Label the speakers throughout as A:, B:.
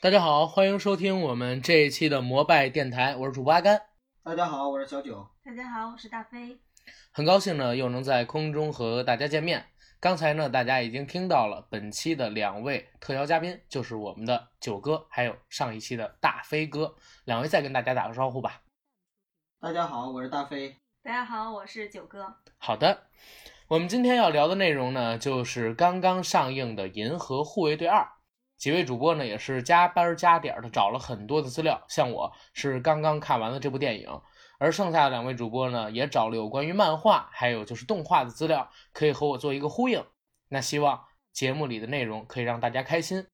A: 大家好，欢迎收听我们这一期的摩拜电台，我是主播阿甘，
B: 大家好，我是小九。
C: 大家好，我是大飞。
A: 很高兴呢又能在空中和大家见面。刚才呢大家已经听到了本期的两位特邀嘉宾，就是我们的九哥，还有上一期的大飞哥，两位再跟大家打个招呼吧。
B: 大家好，我是大飞。
C: 大家好，我是九哥。
A: 好的，我们今天要聊的内容呢，就是刚刚上映的《银河护卫队二》。几位主播呢也是加班加点的找了很多的资料，像我是刚刚看完了这部电影，而剩下的两位主播呢也找了有关于漫画还有就是动画的资料，可以和我做一个呼应。那希望节目里的内容可以让大家开心，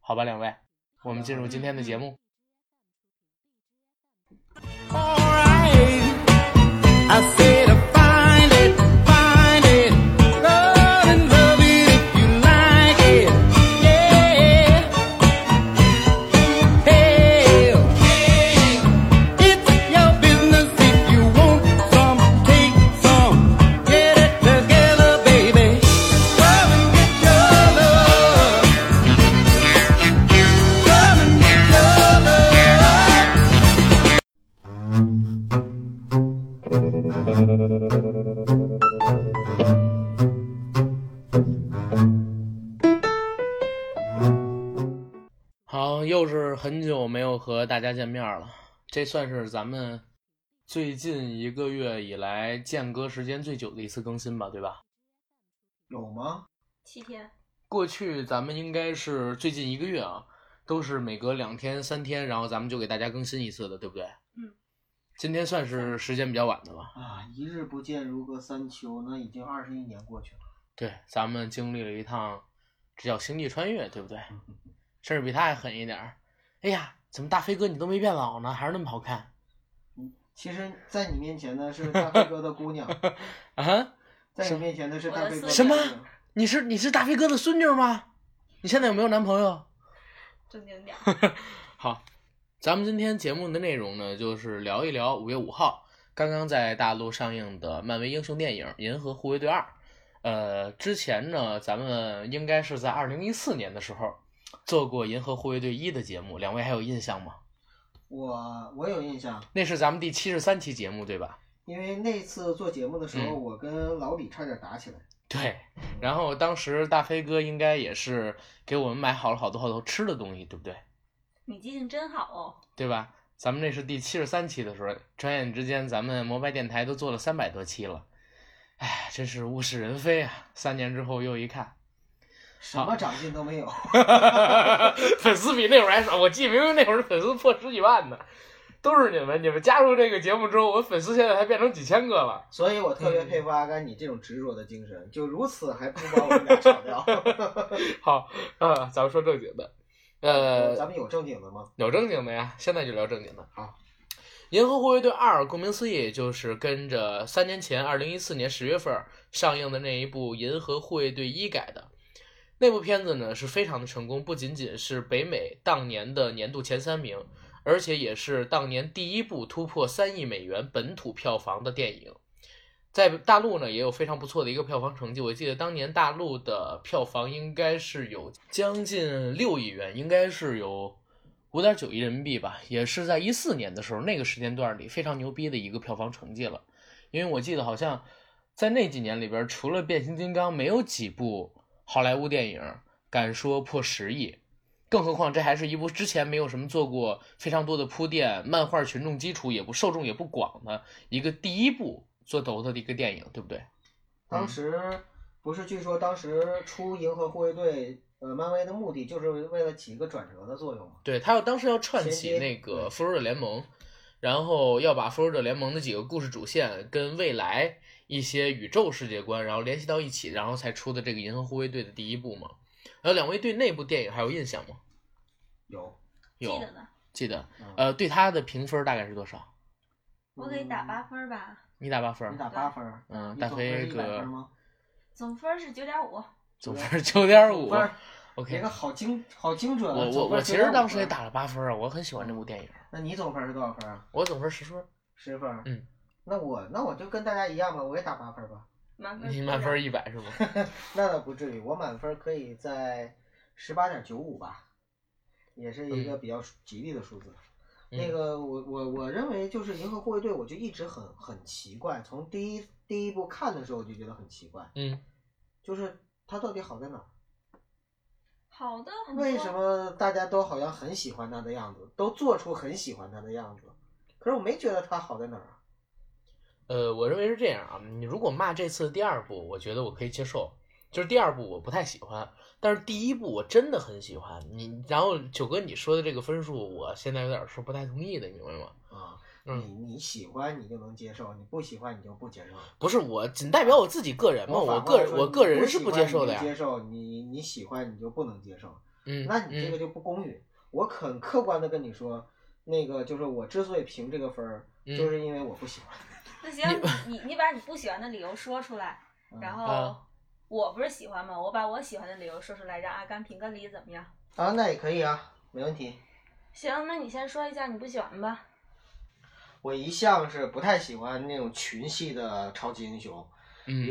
A: 好吧，两位，我们进入今天的节目。
D: Alright, I said I find it, find it, love and love it if you like it, yeah. Hey, it's your business if you want some, take some, get it together, baby. Come and get your love, come and get your love.
A: 好，又是很久没有和大家见面了，这算是咱们最近一个月以来间隔时间最久的一次更新吧，对吧？
B: 有吗？
C: 七天，
A: 过去咱们应该是最近一个月啊，都是每隔两天、三天，然后咱们就给大家更新一次的，对不对？
C: 嗯。
A: 今天算是时间比较晚的吧？
B: 啊，一日不见如隔三秋，那已经二十一年过去了。
A: 对，咱们经历了一趟，这叫星际穿越，对不对？甚至比他还狠一点儿。哎呀，怎么大飞哥你都没变老呢，还是那么好看
B: 其实，在你面前呢是大飞哥的姑 娘，
A: 啊哈？
B: 在你面前呢是大飞哥的
A: 什么
B: 姑娘
A: 你是你是大飞哥的孙女吗？你现在有没有男朋友？
C: 正经点儿。
A: 好，咱们今天节目的内容呢，就是聊一聊五月五号刚刚在大陆上映的漫威英雄电影《银河护卫队二》。呃，之前呢，咱们应该是在二零一四年的时候做过《银河护卫队一》的节目，两位还有印象吗？
B: 我我有印象，
A: 那是咱们第七十三期节目，对吧？
B: 因为那次做节目的时候，
A: 嗯
B: 我跟老李差点打起来。
A: 对，然后当时大飞哥应该也是给我们买好了好多好多吃的东西，对不对？
C: 你记性真好哦。
A: 对吧？咱们这是第七十三期的时候，转眼之间咱们摩拜电台都做了三百多期了，哎，真是物是人非啊！三年之后又一看，
B: 什么长进都没有，
A: 粉丝比那会儿还少，我记明明那会儿粉丝破十几万呢，都是你们，你们加入这个节目之后，我粉丝现在还变成几千个了。
B: 所以我特别佩服阿甘你这种执着的精神，就如此还不把我们俩吵 掉。
A: 好，啊，咱们说正经的，呃，
B: 咱们有正经的吗？
A: 聊正经的呀，现在就聊正经的
B: 好。
A: 《银河护卫队二》顾名思义就是跟着三年前，二零一四年十月份上映的那一部《银河护卫队一》改的。那部片子呢是非常的成功，不仅仅是北美当年的年度前三名，而且也是当年第一部突破三亿美元本土票房的电影。在大陆呢也有非常不错的一个票房成绩，我记得当年大陆的票房应该是有将近六亿元，应该是有五点九亿人民币吧，也是在一四年的时候那个时间段里非常牛逼的一个票房成绩了。因为我记得好像在那几年里边，除了变形金刚，没有几部好莱坞电影敢说破十亿。更何况，这还是一部之前没有什么做过非常多的铺垫，漫画群众基础也不受众也不广的一个第一部做头的一个电影，对不对？嗯
B: 当时不是，据说当时出《银河护卫队》呃，漫威的目的就是为了起一个转折的作用嘛。
A: 对他要当时要串起
B: 衔接
A: 那个
B: 对
A: 复仇者联盟，然后要把复仇者联盟的几个故事主线跟未来一些宇宙世界观，然后联系到一起，然后才出的这个银河护卫队的第一部嘛。然后两位对那部电影还有印象吗？
B: 有，
A: 有
C: 记得呢，
A: 记得，
B: 嗯、
A: 呃，对他的评分大概是多少？
C: 我给打八分儿吧，
A: 你打八分
B: 你
A: 儿，
B: 打八分儿，
A: 嗯，
B: 你
A: 大
B: 总
A: 飞
B: 分是100分
A: 哥
B: 儿吗？
C: 总分儿是九点五。
A: 总分九点
B: 总
A: 五
B: 分儿这
A: ，OK
B: 个。好精好精准啊！
A: 我我
B: 总分
A: 我
B: 儿
A: 其实当时也
B: 9.5分儿，
A: 打了八分儿啊，我很喜欢这部电影，
B: 那你总分是多少分啊？
A: 我总分十分儿，
B: 十分。
A: 嗯，
B: 那我那我就跟大家一样吧，我也打八分儿吧。
C: 满分儿
A: 你
C: 是
A: 满分
C: 多少
A: 一百是吗？
B: 那倒不至于，我满分可以在十八点九五吧。也是
A: 嗯
B: 一个比较吉利的数字。那个我我我认为就是《银河护卫队》，我就一直很很奇怪，从第一第一部看的时候我就觉得很奇怪，
A: 嗯，
B: 就是它到底好在哪儿？
C: 好的很多。
B: 为什？么大家都好像很喜欢它的样子，都做出很喜欢它的样子？可是我没觉得它好在哪儿啊。
A: 呃，我认为是这样啊。你如果骂这次第二部，我觉得我可以接受，就是第二部我不太喜欢，但是第一部我真的很喜欢。你然后九哥你说的这个分数，我现在有点是不太同意的，你明白吗？
B: 啊，
A: 嗯
B: 你你喜欢你就能接受，你不喜欢你就不接受。
A: 不是我，仅代表我自己个人嘛，
B: 我
A: 我个
B: 反过来
A: 人
B: 啊说
A: 我
B: 你
A: 个人是
B: 喜
A: 不
B: 欢
A: 接受
B: 你
A: 的
B: 就
A: 呀。
B: 接受你你喜欢你就不能接受，
A: 嗯，
B: 那你这个
A: 嗯
B: 就不公允。我很客观的跟你说，那个就是我之所以评这个分儿，
A: 嗯
B: 就是因为我不喜欢。
C: 那行，你你把你不喜欢的理由说出来，
B: 嗯
C: 然后
A: 啊
C: 我不是喜欢吗？我把我喜欢的理由说出来，让阿甘评个理，怎么样？
B: 啊，那也可以啊，没问题。
C: 行，那你先说一下你不喜欢吧。
B: 我一向是不太喜欢那种群系的超级英雄，比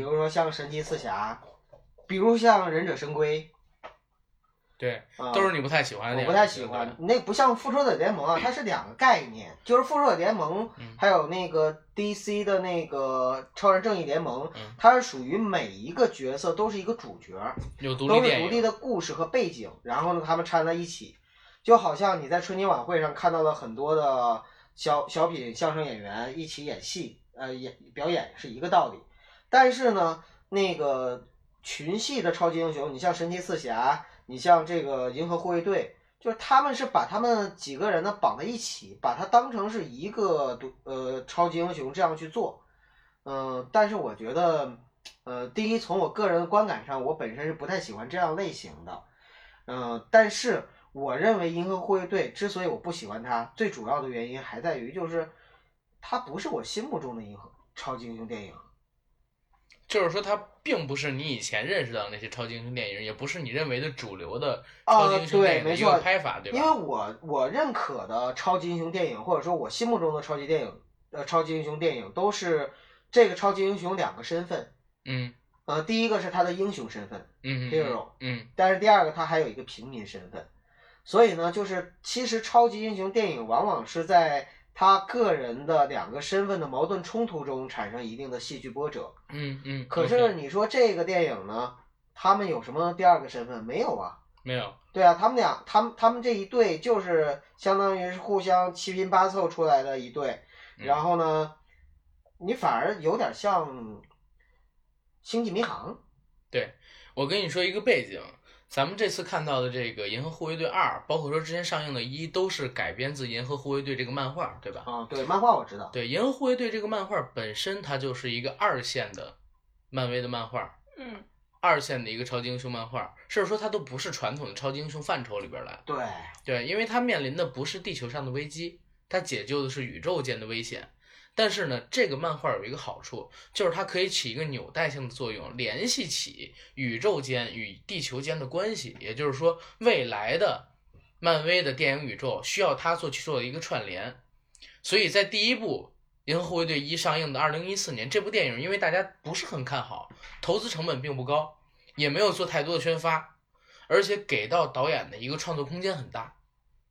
A: 嗯，
B: 如说像神奇四侠，比如像忍者神龟，
A: 对，
B: 啊、
A: 都是你不太喜欢的
B: 我
A: 那
B: 不
A: 样的。
B: 太喜
A: 对
B: 欢
A: 吧，
B: 那不像复仇者联盟啊，它是两个概念，就是复仇者联盟
A: 嗯
B: 还有那个 DC 的那个超人正义联盟
A: 嗯，
B: 它是属于每一个角色都是一个主角，
A: 有独立
B: 都是
A: 电
B: 独
A: 影，
B: 立的故事和背景，然后呢，他们掺在一起，就好像你在春节晚会上看到了很多的小小品相声演员一起演戏，呃，演表演是一个道理。但是呢，那个群戏的超级英雄，你像神奇四侠，你像这个银河护卫队，就是他们是把他们几个人呢绑在一起，把它当成是一个独呃超级英雄这样去做。嗯、但是我觉得，呃，第一，从我个人的观感上，我本身是不太喜欢这样类型的。嗯、但是我认为《银河护卫队》之所以我不喜欢它，最主要的原因还在于就是，它不是我心目中的银河超级英雄电影。
A: 就是说它并不是你以前认识到的那些超级英雄电影，也不是你认为的主流的超级
B: 啊，
A: 英雄电
B: 对，
A: 影的
B: 没
A: 一个
B: 错，
A: 拍法，对
B: 因为
A: 吧？
B: 我我认可的超级英雄电影，或者说我心目中的超级电影，呃，超级英雄电影都是这个超级英雄两个身份。
A: 嗯
B: 呃，第一个是他的英雄身份
A: 嗯嗯
B: hero，
A: 嗯
B: 但是第二个他还有一个平民身份，所以呢，就是其实超级英雄电影往往是在他个人的两个身份的矛盾冲突中产生一定的戏剧波折。
A: 嗯嗯，
B: 可
A: 嗯
B: 是你说这个电影呢，他们有什么第二个身份？没有啊。
A: 没有，
B: 对啊，他们俩，他们他们这一对就是相当于是互相七拼八凑出来的一对，
A: 嗯
B: 然后呢，你反而有点像《星际迷航》。
A: 我跟你说一个背景，咱们这次看到的这个《银河护卫队二》，包括说之前上映的一，都是改编自《银河护卫队》这个漫画，对吧？
B: 啊，对，漫画我知道。
A: 对，《银河护卫队》这个漫画本身它就是一个二线的漫威的漫画，
C: 嗯，
A: 二线的一个超级英雄漫画，甚至说它都不是传统的超级英雄范畴里边来。
B: 对，
A: 对，因为它面临的不是地球上的危机，它解救的是宇宙间的危险。但是呢，这个漫画有一个好处，就是它可以起一个纽带性的作用，联系起宇宙间与地球间的关系。也就是说，未来的漫威的电影宇宙需要它做去做一个串联。所以在第一部《银河护卫队一》上映的二零一四年，这部电影因为大家不是很看好，投资成本并不高，也没有做太多的宣发，而且给到导演的一个创作空间很大。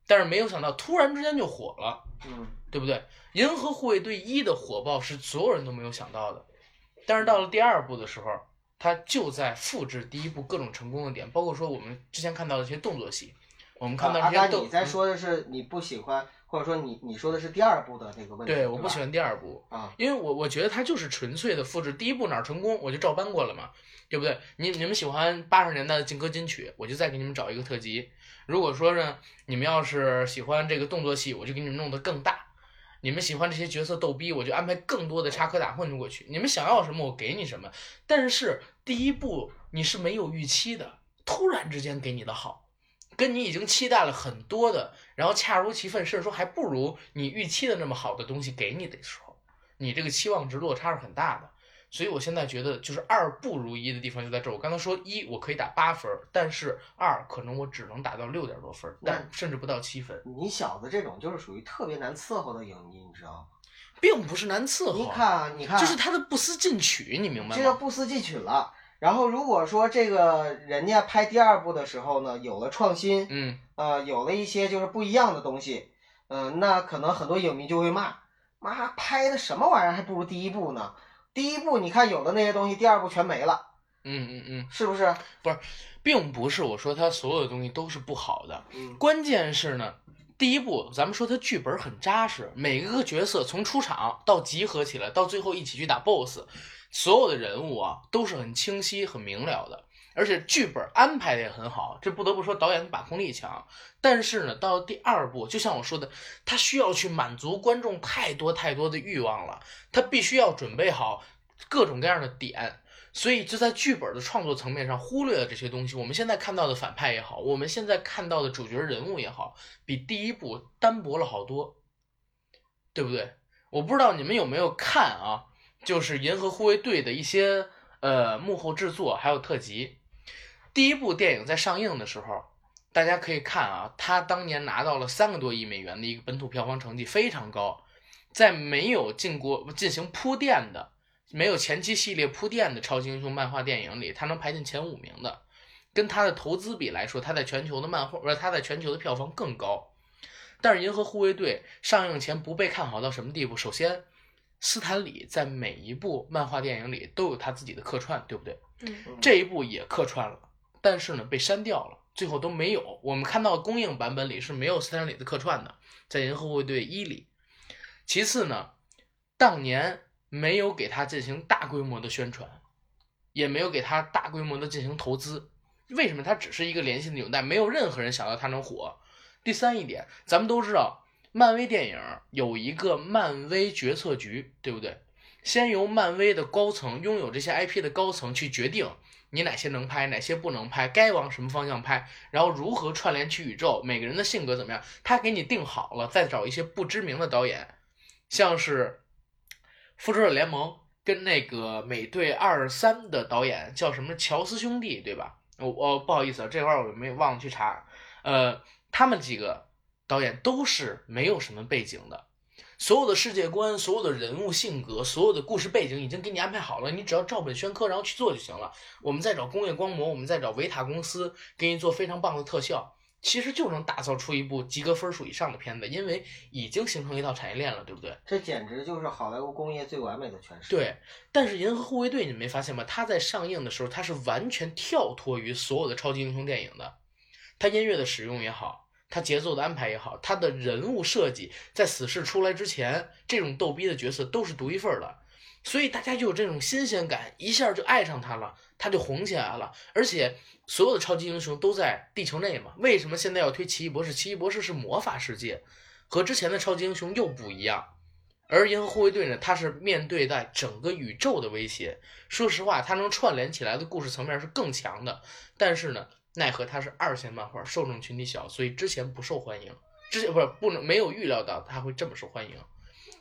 A: 但是没有想到，突然之间就火了，
B: 嗯，
A: 对不对？《银河护卫队一》的火爆是所有人都没有想到的，但是到了第二部的时候，它就在复制第一部各种成功的点，包括说我们之前看到的一些动作戏，我们看到
B: 啊阿
A: 这些嗯
B: 甘，
A: 动，
B: 你在说的是你不喜欢，或者说你你说的是第二部的那个问题，
A: 对，我不
B: 吧
A: 喜欢第二部，
B: 啊。
A: 因为我我觉得它就是纯粹的复制第一部哪儿成功我就照搬过了嘛，对不对？你你们喜欢八十年代的劲歌金曲，我就再给你们找一个特辑。如果说呢，你们要是喜欢这个动作戏，我就给你们弄得更大。你们喜欢这些角色逗逼，我就安排更多的插科打诨过去。你们想要什么，我给你什么。但是第一部你是没有预期的，突然之间给你的好，跟你已经期待了很多的，然后恰如其分，甚至说还不如你预期的那么好的东西给你的时候，你这个期望值落差是很大的。所以我现在觉得，就是二不如一的地方就在这儿。我刚才说一我可以打八分儿，但是二可能我只能打到六点多分儿，
B: 嗯
A: 但甚至不到七分，
B: 你小子这种就是属于特别难伺候的影迷，你知道
A: 并不是难伺
B: 吗？
A: 候。
B: 你看啊，你看啊，
A: 就是他的不思进取，你明白
B: 这叫
A: 吗？
B: 不思进取了。然后如果说这个人家拍第二部的时候呢，有了创新，
A: 嗯，
B: 呃，有了一些就是不一样的东西，嗯、那可能很多影迷就会骂，妈拍的什么玩意儿，还不如第一部呢。第一部你看有的那些东西，第二部全没了，
A: 嗯嗯嗯，
B: 是不是？
A: 并不是我说它所有的东西都是不好的，
B: 嗯
A: 关键是呢，第一部咱们说它剧本很扎实，每个角色从出场到集合起来，到最后一起去打 BOSS，所有的人物啊都是很清晰、很明了的，而且剧本安排的也很好，这不得不说导演的把控力强。但是呢，到第二部，就像我说的，他需要去满足观众太多太多的欲望了，他必须要准备好各种各样的点，所以就在剧本的创作层面上忽略了这些东西。我们现在看到的反派也好，我们现在看到的主角人物也好，比第一部单薄了好多，对不对？我不知道你们有没有看啊，就是《银河护卫队》的一些呃幕后制作还有特辑。第一部电影在上映的时候，大家可以看啊，他当年拿到了三个多亿美元的一个本土票房成绩，非常高。在没有进过进行铺垫的没有前期系列铺垫的超级英雄漫画电影里，它能排进前五名的。跟它的投资比来说，它在全球的漫画，不是它在全球的票房更高。但是《银河护卫队》上映前不被看好到什么地步？首先，斯坦李在每一部漫画电影里都有他自己的客串，对不对？
C: 嗯
A: 这一部也客串了，但是呢被删掉了，最后都没有。我们看到公映版本里是没有斯坦李的客串的，在《银河护卫队一》里。其次呢，当年没有给他进行大规模的宣传，也没有给他大规模的进行投资。为什么它只是一个联系的纽带，没有任何人想到它能火？第三一点，咱们都知道，漫威电影有一个漫威决策局，对不对？先由漫威的高层拥有这些 IP 的高层去决定你哪些能拍，哪些不能拍，该往什么方向拍，然后如何串联起宇宙，每个人的性格怎么样，他给你定好了，再找一些不知名的导演，像是《复仇者联盟》跟那个《美队二三》的导演叫什么乔斯兄弟，对吧？我、我、不好意思，啊，这块儿我没忘了去查。呃，他们几个导演都是没有什么背景的，所有的世界观、所有的人物性格、所有的故事背景已经给你安排好了，你只要照本宣科，然后去做就行了。我们再找工业光魔，我们再找维塔公司给你做非常棒的特效，其实就能打造出一部及格分数以上的片子，因为已经形成一套产业链了，对不对？
B: 这简直就是好莱坞工业最完美的诠释。，
A: 对，但是《银河护卫队》，你没发现吗？它在上映的时候，它是完全跳脱于所有的超级英雄电影的。它音乐的使用也好，它节奏的安排也好，它的人物设计，在死侍出来之前，这种逗逼的角色都是独一份儿的，所以大家就有这种新鲜感，一下就爱上它了，它就红起来了。而且所有的超级英雄都在地球内嘛，为什么现在要推奇异博士？奇异博士是魔法世界，和之前的超级英雄又不一样。而银河护卫队呢，它是面对在整个宇宙的威胁。说实话，它能串联起来的故事层面是更强的，但是呢，奈何它是二线漫画，受众群体小，所以之前不受欢迎。之前不是不能没有预料到它会这么受欢迎，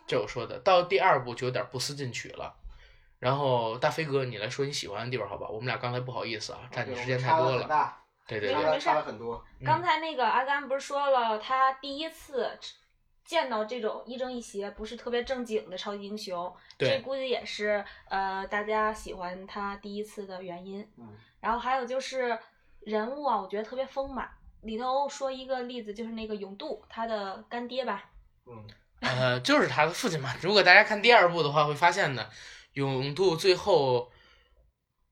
A: 这我说的。到第二部就有点不思进取了。然后大飞哥，你来说你喜欢的地方好吧？我们俩刚才不好意思啊，占你时间太多了。
B: 大，
A: 对对对
C: 没事，
B: 差了
C: 没事
B: 差了很多。
C: 刚才那个阿甘不是说了，他第一次见到这种一正一邪不是特别正经的超级英雄，这
A: 对
C: 估计也是呃大家喜欢他第一次的原因。
B: 嗯
C: 然后还有就是人物啊，我觉得特别丰满。里头说一个例子，就是那个永渡他的干爹吧，
B: 嗯，
A: 呃，就是他的父亲嘛。如果大家看第二部的话，会发现呢，永渡最后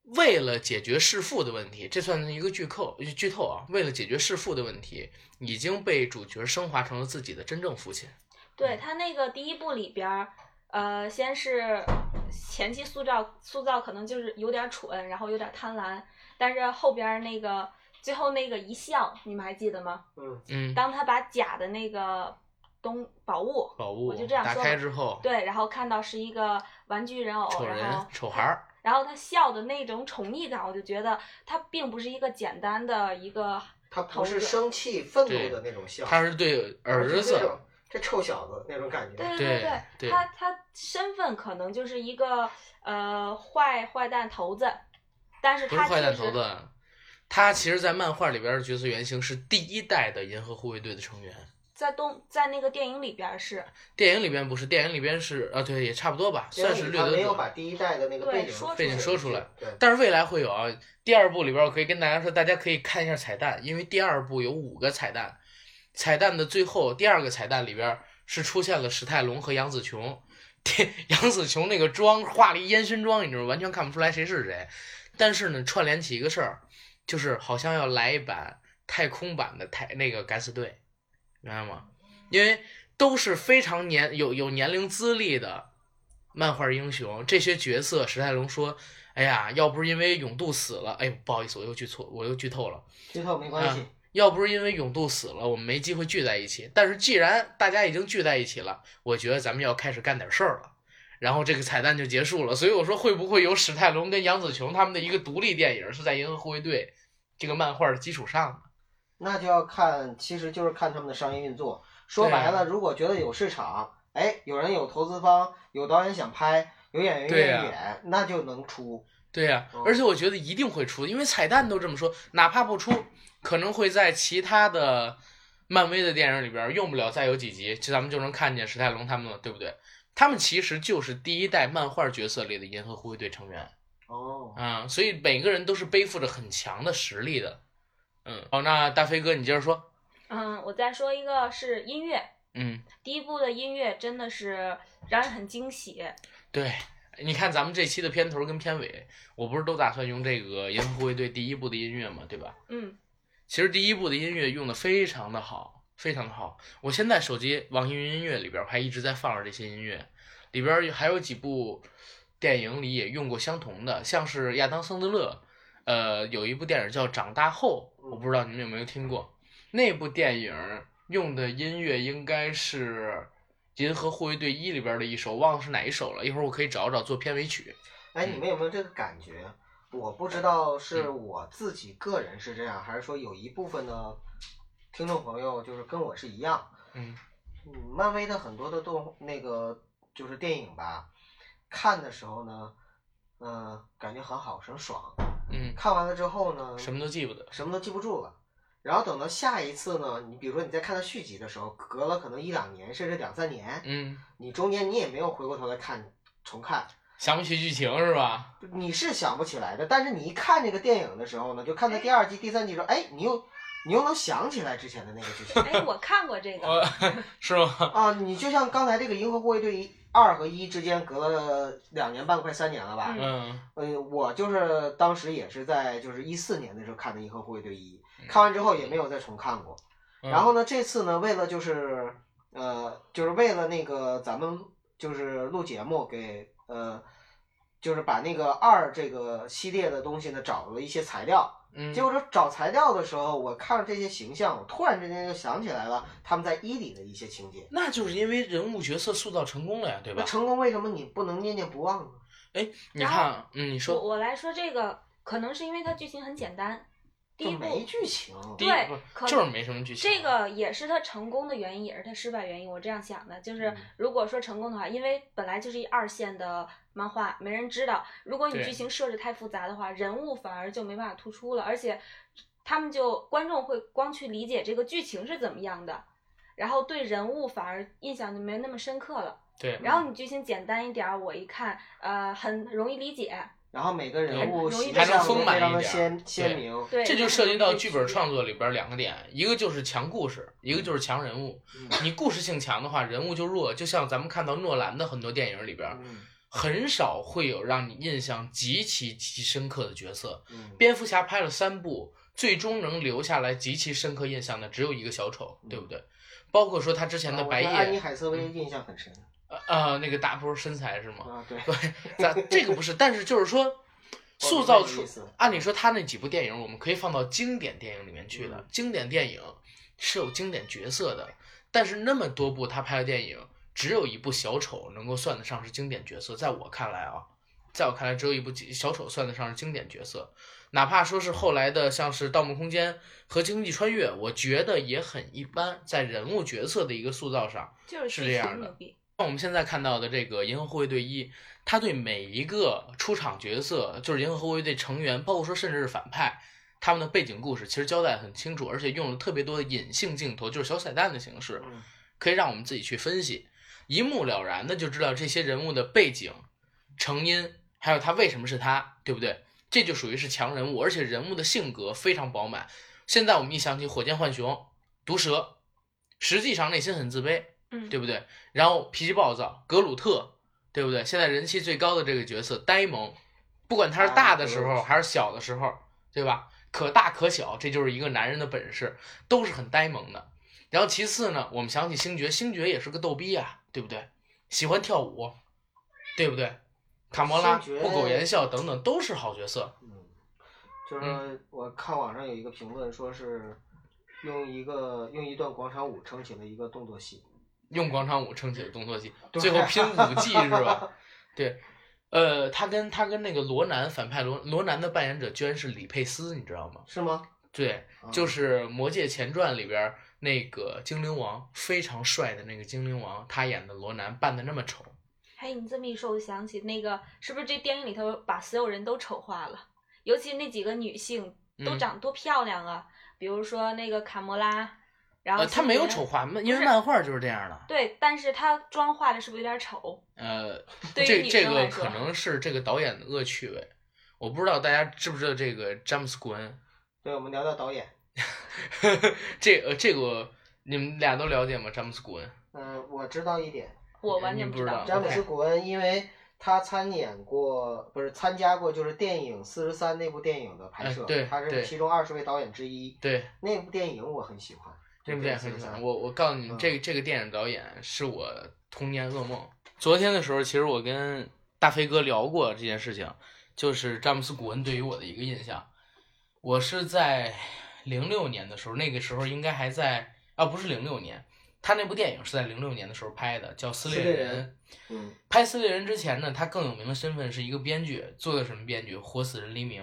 A: 为了解决弑父的问题，这算是一个剧透剧透啊。为了解决弑父的问题，已经被主角升华成了自己的真正父亲。
C: 对他那个第一部里边儿，呃，先是前期塑造塑造可能就是有点蠢，然后有点贪婪，但是后边儿那个最后那个一笑，你们还记得吗？
B: 嗯，
A: 嗯，
C: 当他把假的那个东宝物，
A: 宝物
C: 我就这样
A: 打
C: 说
A: 开
C: 吧
A: 之后，
C: 对，然后看到是一个玩具人偶，
A: 丑
C: 哦然
A: 人
C: 后
A: 丑孩儿，
C: 然后他笑的那种宠溺感，我就觉得他并不是一个简单的一个
B: 他不是生气、愤怒的那种笑，
A: 他是对
B: 而
A: 儿
B: 是这
A: 子
B: 种，这臭小子那种感觉。
C: 对
A: 对
C: 对，
A: 对
C: 他他身份可能就是一个呃坏坏蛋头子，但是
A: 不是
C: 他
A: 坏蛋
C: 确
A: 头
C: 实
A: 子。他其实，在漫画里边的角色原型是第一代的银河护卫队的成员，
C: 在东在那个电影里边儿是
A: 电影里边不是，电影里边是啊，对，也差不多吧，算是略
B: 他
A: 得
B: 没有
A: 主。
B: 把第一代的那个
C: 对
B: 背景
C: 说出来
A: 背景说出来，
B: 对，
A: 但是未来会有啊，第二部里边我可以跟大家说，大家可以看一下彩蛋，因为第二部有五个彩蛋，彩蛋的最后第二个彩蛋里边是出现了史泰龙和杨紫琼， 杨紫琼那个妆画了一烟熏妆，你知道吗完全看不出来谁是谁，但是呢串联起一个事儿，就是好像要来一版太空版的太那个敢死队，明白吗？因为都是非常年有有年龄资历的漫画英雄，这些角色史泰龙说。哎呀，要不是因为永渡死了，哎呦，不好意思，我又剧错，我又剧透了。
B: 剧透没关
C: 嗯
B: 系
A: 啊，要不是因为永渡死了，我们没机会聚在一起。但是既然大家已经聚在一起了，我觉得咱们要开始干点事儿了。然后这个彩蛋就结束了。所以我说，会不会有史泰龙跟杨紫琼他们的一个独立电影是在《银河护卫队》这个漫画的基础上的？
B: 那就要看，其实就是看他们的商业运作。说
A: 对啊
B: 白了，如果觉得有市场，哎，有人有投资方，有导演想拍，有演员
A: 对
B: 愿
A: 啊
B: 意演，那就能出。
A: 对呀、
B: 嗯
A: 而且我觉得一定会出，因为彩蛋都这么说，哪怕不出，可能会在其他的漫威的电影里边用不了再有几集，就咱们就能看见史泰龙他们了，对不对？他们其实就是第一代漫画角色里的银河护卫队成员
C: 嗯
B: 哦，
A: 啊、所以每个人都是背负着很强的实力的。嗯，好，那大飞哥你接着说。
C: 嗯，我再说一个是音乐，
A: 嗯，
C: 第一部的音乐真的是让人很惊喜。
A: 对，你看咱们这期的片头跟片尾，我不是都打算用这个银河护卫队第一部的音乐嘛，对吧？
C: 嗯，
A: 其实第一部的音乐用的非常的好，非常的好。我现在手机网易云音乐里边还一直在放着这些音乐，里边还有几部电影里也用过相同的，像是亚当·桑德勒，呃，有一部电影叫《长大后》，我不知道你们有没有听过。那部电影用的音乐应该是《银河护卫队一》里边的一首，忘了是哪一首了，一会儿我可以找找做片尾曲。
B: 哎，你们有没有这个感觉？我不知道是
C: 嗯
B: 我自己个人是这样，还是说有一部分的听众朋友就是跟我是一样。
A: 嗯，
B: 嗯，漫威的很多的动那个就是电影吧，看的时候呢，嗯、感觉很好，很爽。
A: 嗯，
B: 看完了之后呢，
A: 什么都记不得。
B: 什么都记不住了。然后等到下一次呢，你比如说你在看到续集的时候，隔了可能一两年，甚至两三年，
A: 嗯，
B: 你中间你也没有回过头来看重看，
A: 想不起剧情是吧？
B: 你是想不起来的，但是你一看这个电影的时候呢，就看到第二季、第三季的时候，哎，你又你又能想起来之前的那个剧情
C: 哎，我看过这 个，
A: 我是吗？
B: 啊！你就像刚才这个《银河护卫队》一二和一之间隔了两年半，快三年了吧？
A: 嗯
B: 嗯、我就是当时也是在就是一四年的时候看的《银河护卫队一》，看完之后也没有再重看过。
A: 嗯
B: 然后呢，这次呢，为了就是呃，就是为了那个咱们就是录节目给呃，就是把那个二这个系列的东西呢找了一些材料。
A: 嗯
B: 结果这找材料的时候，我看着这些形象，我突然之间就想起来了他们在一里的一些情节。
A: 那就是因为人物角色塑造成功了呀，对
B: 那
A: 吧？
B: 成功为什么你不能念念不忘呢？
A: 你看啊，嗯，你
C: 我
A: 说
C: 我来说这个，可能是因为它剧情很简单，第
B: 就
C: 一
B: 没
C: 部
B: 剧情。
A: 第一
C: 对
A: 部
C: 可
A: 就是没什么剧情，
C: 这个也是它成功的原因，也是它失败原因。我这样想的，就是
A: 嗯
C: 如果说成功的话，因为本来就是一二线的漫画，没人知道。如果你
A: 对
C: 剧情设置太复杂的话，人物反而就没办法突出了，而且他们就观众会光去理解这个剧情是怎么样的，然后对人物反而印象就没那么深刻了。
A: 对嗯
C: 然后你剧情简单一点儿，我一看，呃，很容易理解。
B: 然后每个人物
C: 对
B: 形象
C: 还能
B: 都
C: 丰
A: 满
B: 非常
A: 一
B: 的
A: 点
B: 鲜鲜明。
C: 对，
A: 这就
C: 很
A: 涉及
C: 容
A: 到
C: 易
A: 剧本
C: 理
A: 创
C: 解。
A: 作里边两个点，一个就是强故事，一个就是强人物。
B: 嗯
A: 你故事性强的话，人物就弱，就像咱们看到诺兰的很多电影里 边，
B: 嗯
A: 很少会有让你印象极其极其深刻的角色。
B: 嗯，
A: 蝙蝠侠拍了三部，最终能留下来极其深刻印象的只有一个小丑，对不对？包括说他之前的
B: 啊我
A: 白
B: 对安妮
A: 夜，
B: 海瑟薇印象很深
A: 呃呃，那个大波身材是吗？
B: 啊，对，
A: 咱这个不是，但是就是说，塑造
B: 哦我明白你
A: 出
B: 意思
A: 按理说他那几部电影，我们可以放到经典电影里面去的。
B: 嗯
A: 经典电影是有经典角色的，但是那么多部他拍的电影，只有一部小丑能够算得上是经典角色。在我看来啊，在我看来，只有一部小丑算得上是经典角色。哪怕说是后来的像是《盗梦空间》和《星际穿越》，我觉得也很一般，在人物角色的一个塑造上。
C: 就是
A: 是
C: 剧
A: 这
C: 情
A: 样的
C: 牛逼。
A: 那我们现在看到的这个《银河护卫队一》，他对每一个出场角色，就是银河护卫队成员，包括说甚至是反派，他们的背景故事其实交代得很清楚，而且用了特别多的隐性镜头，就是小彩蛋的形式，
B: 嗯
A: 可以让我们自己去分析，一目了然的就知道这些人物的背景、成因，还有他为什么是他，对不对？这就属于是强人物，而且人物的性格非常饱满。现在我们一想起火箭浣熊、毒蛇，实际上内心很自卑，
C: 嗯，
A: 对不对？然后脾气暴躁，格鲁特，对不对？现在人气最高的这个角色呆萌，不管他是大的时
B: 啊格鲁
A: 候
B: 特
A: 还是小的时候，对吧？可大可小，这就是一个男人的本事，都是很呆萌的。然后其次呢，我们想起星爵，星爵也是个逗逼啊，对不对？喜欢跳舞，对不对？卡魔拉、
B: 星爵
A: 不苟言笑等等都是好角色。
B: 嗯，就是
A: 嗯
B: 说我看网上有一个评论说是用一个用一段广场舞撑起了一个动作戏，
A: 用广场舞撑起了动作戏，
B: 对
A: 最后拼舞技是吧？对，呃，他跟他跟那个罗南反派罗罗南的扮演者居然是李佩斯，你知道吗？
B: 是吗？
A: 对，
B: 啊
A: 就是《魔界前传》里边儿那个精灵王非常帅的那个精灵王，他演的罗南扮的那么丑，
C: 嘿，哎你这么一说，我想起那个，是不是这电影里头把所有人都丑化了？尤其是那几个女性都
A: 嗯
C: 长多漂亮啊！比如说那个卡魔拉，然后、
A: 呃，他没有丑，化，因为漫画就是这样的。
C: 对，但是她妆化的是不是有点丑？
A: 呃，
C: 对于
A: 这
C: 女
A: 这
C: 生
A: 个
C: 来
A: 可
C: 说
A: 能是这个导演的恶趣味，我不知道大家知不知道这个詹姆斯·古恩，
B: 对，我们聊聊导演。
A: 这呃这个你们俩都了解吗？詹姆斯·古恩，
B: 嗯、我知道一点，
C: 我完
A: 你
C: 全
A: 不
C: 知
A: 知
C: 道
A: 道。
B: 詹姆斯
A: 啊 OK
B: ·古恩，因为他参演过，不是参加过，就是电影《四十三》那部电影的拍摄，
A: 哎对
B: 他是
A: 对
B: 其中二十位导演之一。
A: 对，
B: 那部电影我很喜欢，
A: 这部电影很喜
B: 就是43
A: 欢。我我告诉你们，
B: 嗯
A: 这个这个电影导演是我童年噩梦。昨天的时候，其实我跟大飞哥聊过这件事情，就是詹姆斯·古恩对于我的一个印象。我是在零六年的时候，那个时候应该还在啊，不是零六年，他那部电影是在零六年的时候拍的，叫《撕裂
B: 撕裂
A: 人》
B: 人嗯，
A: 拍《撕裂人》之前呢，他更有名的身份是一个编剧，做的什么编剧？《活死人黎明》，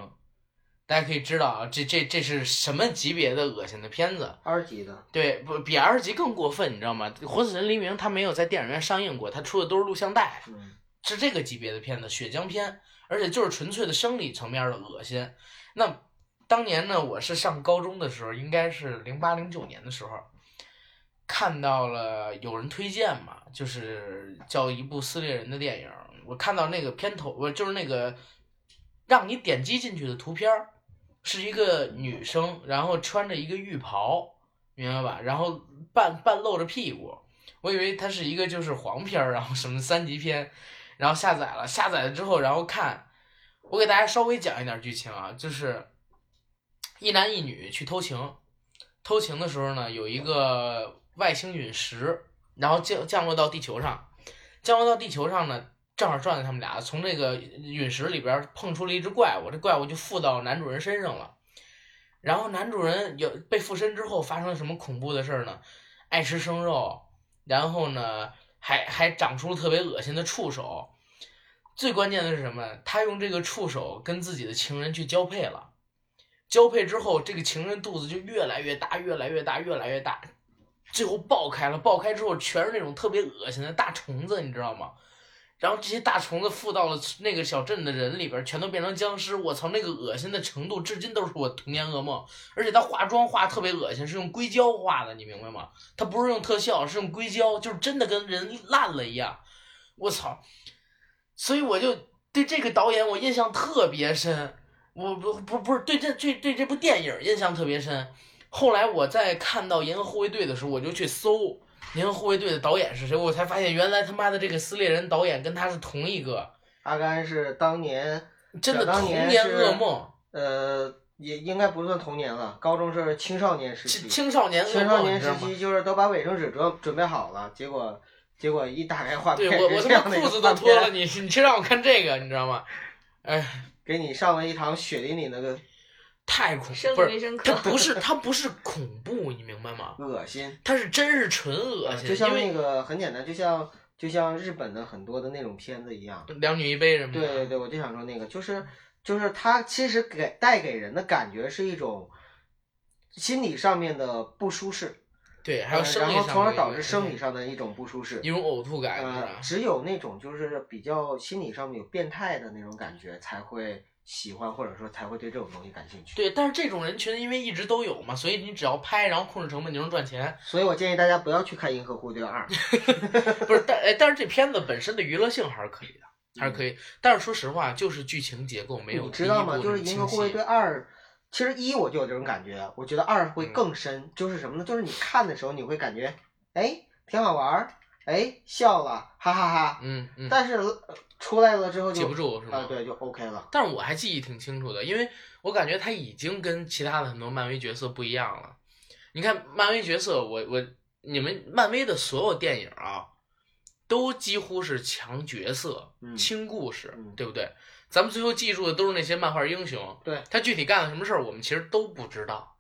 A: 大家可以知道啊，这这这是什么级别的恶心的片子？
B: 二级的，
A: 对，不比 R 级更过分，你知道吗？《活死人黎明》它没有在电影院上映过，它出的都是录像带，
B: 嗯，
A: 是这个级别的片子，血浆片，而且就是纯粹的生理层面的恶心。那当年呢，我是上高中的时候，应该是零八零九年的时候，看到了有人推荐嘛，就是叫一部《撕裂人》的电影，我看到那个片头，我就是那个让你点击进去的图片儿，是一个女生，然后穿着一个浴袍，明白吧？然后半半露着屁股。我以为它是一个就是黄片儿，然后什么三级片，然后下载了，下载了之后，然后看，我给大家稍微讲一点剧情啊，就是一男一女去偷情，偷情的时候呢，有一个外星陨石，然后降降落到地球上，降落到地球上呢，正好撞见他们俩，从这个陨石里边儿碰出了一只怪物，这怪物就附到男主人身上了。然后男主人有被附身之后发生了什么恐怖的事儿呢？爱吃生肉，然后呢，还还长出了特别恶心的触手。最关键的是什么？他用这个触手跟自己的情人去交配了。交配之后，这个情人肚子就越来越大，越来越大，越来越大，最后爆开了。爆开之后，全是那种特别恶心的大虫子，你知道吗？然后这些大虫子附到了那个小镇的人里边，全都变成僵尸。我操，那个恶心的程度，至今都是我童年噩梦。而且他化妆化得特别恶心，是用硅胶化的，你明白吗？它不是用特效，是用硅胶，就是真的跟人烂了一样。我操！所以我就对这个导演我印象特别深，我不不不是对这对对这部电影印象特别深。后来我在看到《银河护卫队》的时候，我就去搜《银河护卫队》的导演是谁，我才发现原来他妈的这个撕裂人导演跟他是同一个，
B: 阿甘是当年，
A: 真的
B: 想当
A: 童
B: 年
A: 年
B: 是
A: 噩梦，
B: 呃，也应该不算童年了，高中是青少年时期
A: 青，青少年噩
B: 青少
A: 梦，你
B: 年
A: 知道
B: 时
A: 吗？
B: 期就是都把卫生纸准准备好了，结果结果一打开画
A: 对
B: 片，
A: 我我
B: 是
A: 他妈
B: 这样的一
A: 裤
B: 个
A: 子
B: 画
A: 都脱了，
B: 片
A: 你你却让我看这个，你知道吗？哎，
B: 给你上了一堂血淋淋的
A: 太恐
C: 生
A: 怖，
C: 理
A: 不
C: 卫
A: 是
C: 生
A: 它
C: 课
A: 不是它不是恐怖，你明白吗？
B: 恶心。
A: 它是真是纯恶心，
B: 就像
A: 因为
B: 那个很简单，就像就像日本的很多的那种片子一样。
A: 两女一杯什么
B: 对
A: 的，
B: 对对，我就想说那个，就是就是它其实给带给人的感觉是一种心理上面的不舒适，
A: 对还有
B: 呃
A: 生理
B: 然
A: 上
B: 后
A: 的
B: 从而
A: 一
B: 导
A: 个
B: 致生理上的一种不舒适
A: 一。种呕吐感，是
B: 呃，
A: 吧？
B: 只有那种就是比较心理上面有变态的那种感觉，才会喜欢，或者说才会对这种东西感兴趣。
A: 对，但是这种人群因为一直都有嘛，所以你只要拍，然后控制成本就能赚钱。
B: 所以我建议大家不要去看《银河护卫队二》，
A: 不是，但哎，但是这片子本身的娱乐性还是可以的，还是可以。但是说实话，就是剧情结构没有
B: 嗯你知道吗？
A: 第一部
B: 就是
A: 那
B: 《
A: 么
B: 银
A: 清
B: 河护卫
A: 晰
B: 队二》，其实一我就有这种感觉，我觉得二
A: 嗯
B: 会更深。就是什么呢？就是你看的时候，你会感觉，哎，挺好玩儿，哎，笑了，哈哈哈。
A: 嗯嗯，
B: 但是呃出来了之后就
A: 记不住是吗？
B: 啊，对，就 OK 了。
A: 但是我还记忆挺清楚的，因为我感觉他已经跟其他的很多漫威角色不一样了。你看漫威角色，我我你们漫威的所有电影啊，都几乎是强角色、
B: 嗯
A: 轻故事，
B: 嗯
A: 对不对？咱们最后记住的都是那些漫画英雄，
B: 对
A: 他具体干了什么事儿，我们其实都不知道，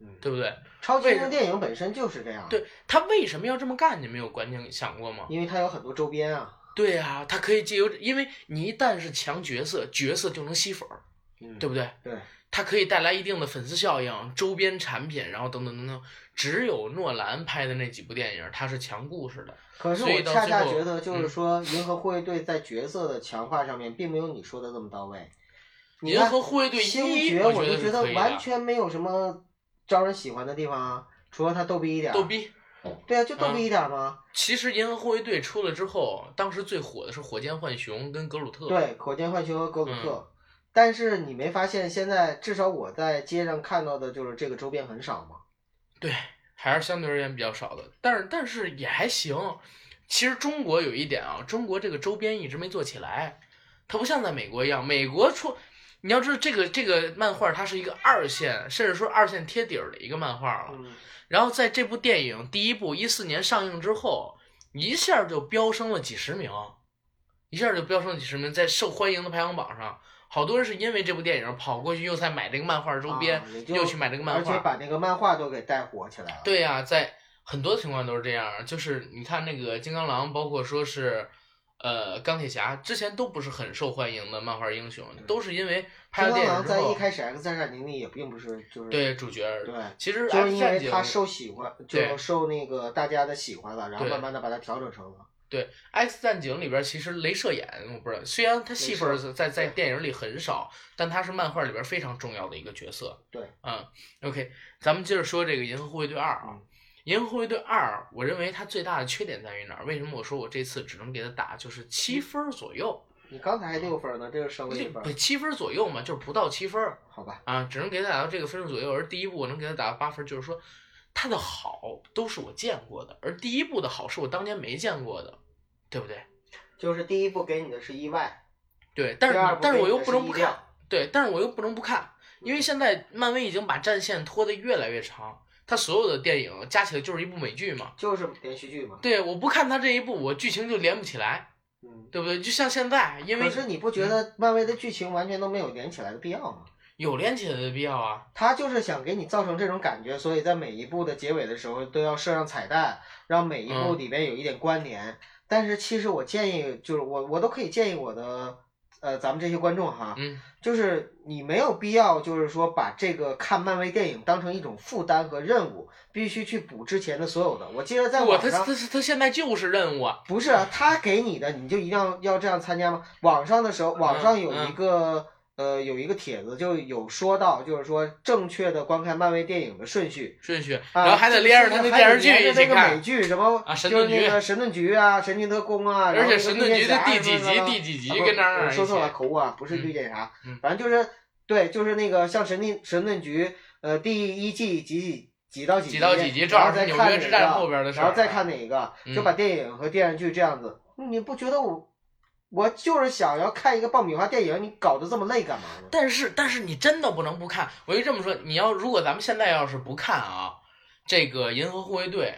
B: 嗯，
A: 对不对？
B: 超级
A: 为
B: 英
A: 什么
B: 雄电影本身就是这样。
A: 对，他为什么要这么干？你们有观点想过吗？
B: 因为它有很多周边啊。
A: 对啊，他可以借由，因为你一旦是强角色，角色就能吸粉儿，
B: 嗯，
A: 对不对？
B: 对，
A: 它可以带来一定的粉丝效应、周边产品，然后等等等等。只有诺兰拍的那几部电影，它是强故事的。
B: 可是
A: 所
B: 我
A: 以到
B: 恰
A: 最
B: 恰
A: 后
B: 觉得，就是
A: 嗯
B: 说，银河护卫队在角色的强化上面，并没有你说的这么到位。你
A: 银
B: 看
A: 河护卫队
B: 星
A: 一，
B: 爵，
A: 我
B: 就觉
A: 是
B: 得
A: 可以
B: 完
A: 的，
B: 全没有什么招人喜欢的地方啊，除了他逗逼一点儿。
A: 逗逼。嗯
B: 对啊，就逗逼一点儿嘛。
A: 其实银河护卫队出了之后，当时最火的是火箭浣熊跟格鲁特。，
B: 对，火箭浣熊和格鲁
A: 嗯
B: 特。但是你没发现，现在至少我在街上看到的就是这个周边很少嘛。
A: 对，还是相对而言比较少的，但是但是也还行。其实中国有一点啊，中国这个周边一直没做起来，它不像在美国一样，美国出。你要知道，这个这个漫画它是一个二线，甚至说二线贴底儿的一个漫画了。
B: 嗯，
A: 然后在这部电影第一部一四年上映之后，一下就飙升了几十名，一下就飙升了几十名，在受欢迎的排行榜上，好多人是因为这部电影跑过去又在买这个漫画周边，
B: 啊也就
A: 又去买这个漫
B: 而且
A: 画。
B: 把那个漫画都给带火起来了。
A: 对呀、在很多情况都是这样，就是你看那个金刚狼，包括说是。呃，钢铁侠之前都不是很受欢迎的漫画英雄，都是因为拍
B: 金
A: 了电
B: 刚狼
A: 影之
B: 在一
A: 后，
B: 开始 X 战警里也并不是就是
A: 对主角，
B: 对
A: 其实
B: 就是
A: X
B: 因为
A: 战警
B: 他受喜欢，就
A: 对
B: 受那个大家的喜欢了，然后
A: 对
B: 慢慢的把它调整成了。
A: 对，《X 战警》里边其实镭射眼，我不知道，虽然他戏份儿
B: 镭射
A: 在在
B: 对
A: 电影里很少，但他是漫画里边非常重要的一个角色。
B: 对，
A: 嗯，OK，咱们接着说这个《银河护卫队二》啊，
B: 嗯
A: 《银河护卫队二》，我认为它最大的缺点在于哪儿？为什么我说我这次只能给它打就是七分儿左右？
B: 你刚才还六分呢，这个升了一
A: 就嗯
B: 分，
A: 不七分儿左右嘛，就是不到七分儿
B: 好吧？
A: 啊，只能给它打到这个分数左右。而第一部我能给它打到八分儿，就是说它的好都是我见过的，而第一部的好是我当年没见过的，对不对？
B: 就是第一部给你的是意外，
A: 对，但是
B: 第二部
A: 但是
B: 给
A: 我
B: 你
A: 又
B: 的
A: 不
B: 是
A: 能
B: 意
A: 不
B: 料
A: 看，对，但是我又不能不看，因为现在漫威已经把战线拖得越来越长，它所有的电影加起来就是一部美剧嘛。
B: 就是连续剧嘛。
A: 对，我不看它这一部，我剧情就连不起来，
B: 嗯。
A: 对不对？就像现在，因为
B: 可是你不觉得漫威的剧情完全都没有连起来的必要吗？
A: 有连起来的必要啊。
B: 他就是想给你造成这种感觉，所以在每一部的结尾的时候都要设上彩蛋，让每一部
A: 嗯
B: 里边有一点关联。但是其实我建议，就是我我都可以建议我的，呃，咱们这些观众哈，
A: 嗯，
B: 就是你没有必要，就是说把这个看漫威电影当成一种负担和任务，必须去补之前的所有的。我记得在
A: 我
B: 网
A: 他他
B: 上
A: 他他现在就是任务啊，
B: 不是啊他给你的，你就一定要要这样参加吗？网上的时候，网上有一个、呃有一个帖子就有说到，就是说正确的观看漫威电影的顺序。
A: 顺序，
B: 啊、
A: 然后还得连着他的电视剧
B: 还得
A: 一起
B: 连着那个美
A: 看，
B: 剧什么
A: 啊神
B: 就是
A: 盾
B: 那
A: 局
B: 个《神盾局》啊，《神盾特工》啊，然
A: 而且
B: 后那个
A: 神
B: 绿
A: 盾
B: 箭
A: 局的
B: 侠
A: 第
B: 什
A: 几
B: 么
A: 集
B: 的
A: 第几
B: 啊
A: 集
B: 不
A: 跟那
B: 我
A: 儿一
B: 说错了，
A: 起，
B: 口误啊，不是绿箭侠，
A: 嗯嗯
B: 反正就是对，就是那个像神盾神盾局，呃，第一季几几几到几
A: 几到几集正好
B: 然后
A: 是
B: 再
A: 纽
B: 看
A: 约
B: 哪
A: 之
B: 个
A: 战后边的事儿
B: 然后再看哪个，就
A: 嗯
B: 把电影和电视剧这样子，嗯你不觉得我我就是想要看一个爆米花电影，你搞得这么累干嘛呢？
A: 但是，但是你真的不能不看。我就这么说，你要如果咱们现在要是不看啊，这个《银河护卫队》，《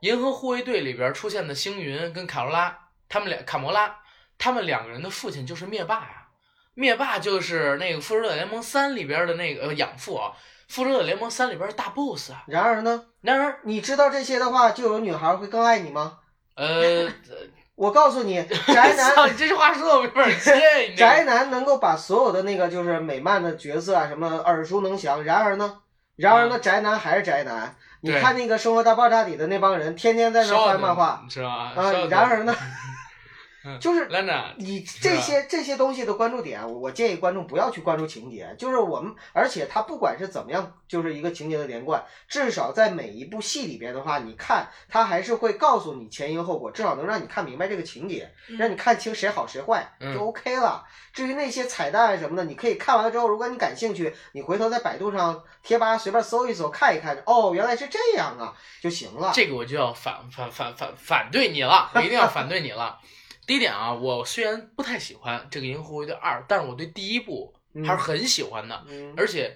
A: 银河护卫队》里边出现的星云跟卡罗拉，他们俩卡魔拉，他们两个人的父亲就是灭霸呀、灭霸就是那个《复仇者联盟三》里边的那个、呃、养父啊，《复仇者联盟三》里边的大 boss 啊。
B: 然而呢，
A: 然而，
B: 你知道这些的话，就有女孩会更爱你吗？
A: 呃，
B: 我告 诉你，宅
A: 操
B: 男
A: 你这句话说的我没法接，你这
B: 宅男能够把所有的那个就是美漫的角色啊什么耳熟能详，然而呢，然而呢，宅男还是宅男。你
A: 嗯对
B: 看那个《生活大爆炸》里的那帮人，天天在那
A: 烧
B: 翻
A: 的
B: 漫画
A: 是吧？
B: 啊
A: 烧，的
B: 然而呢，
A: 嗯
B: 就是
A: 兰娜，
B: 你这些这些东西的关注点，啊我我建议观众不要去关注情节，就是我们，而且它不管是怎么样，就是一个情节的连贯，至少在每一部戏里边的话，你看它还是会告诉你前因后果，至少能让你看明白这个情节，
C: 嗯
B: 让你看清谁好谁坏
A: 嗯
B: 就 OK 了。至于那些彩蛋什么的，你可以看完了之后，如果你感兴趣，你回头在百度上、贴吧随便搜一搜，看一看，哦，原来是这样啊，就行了。
A: 这个我就要反反反反反对你了，我一定要反对你了。第一点啊，我虽然不太喜欢这个《银河护卫队二》，但是我对第一部
B: 嗯
A: 还是很喜欢的，
B: 嗯
A: 而且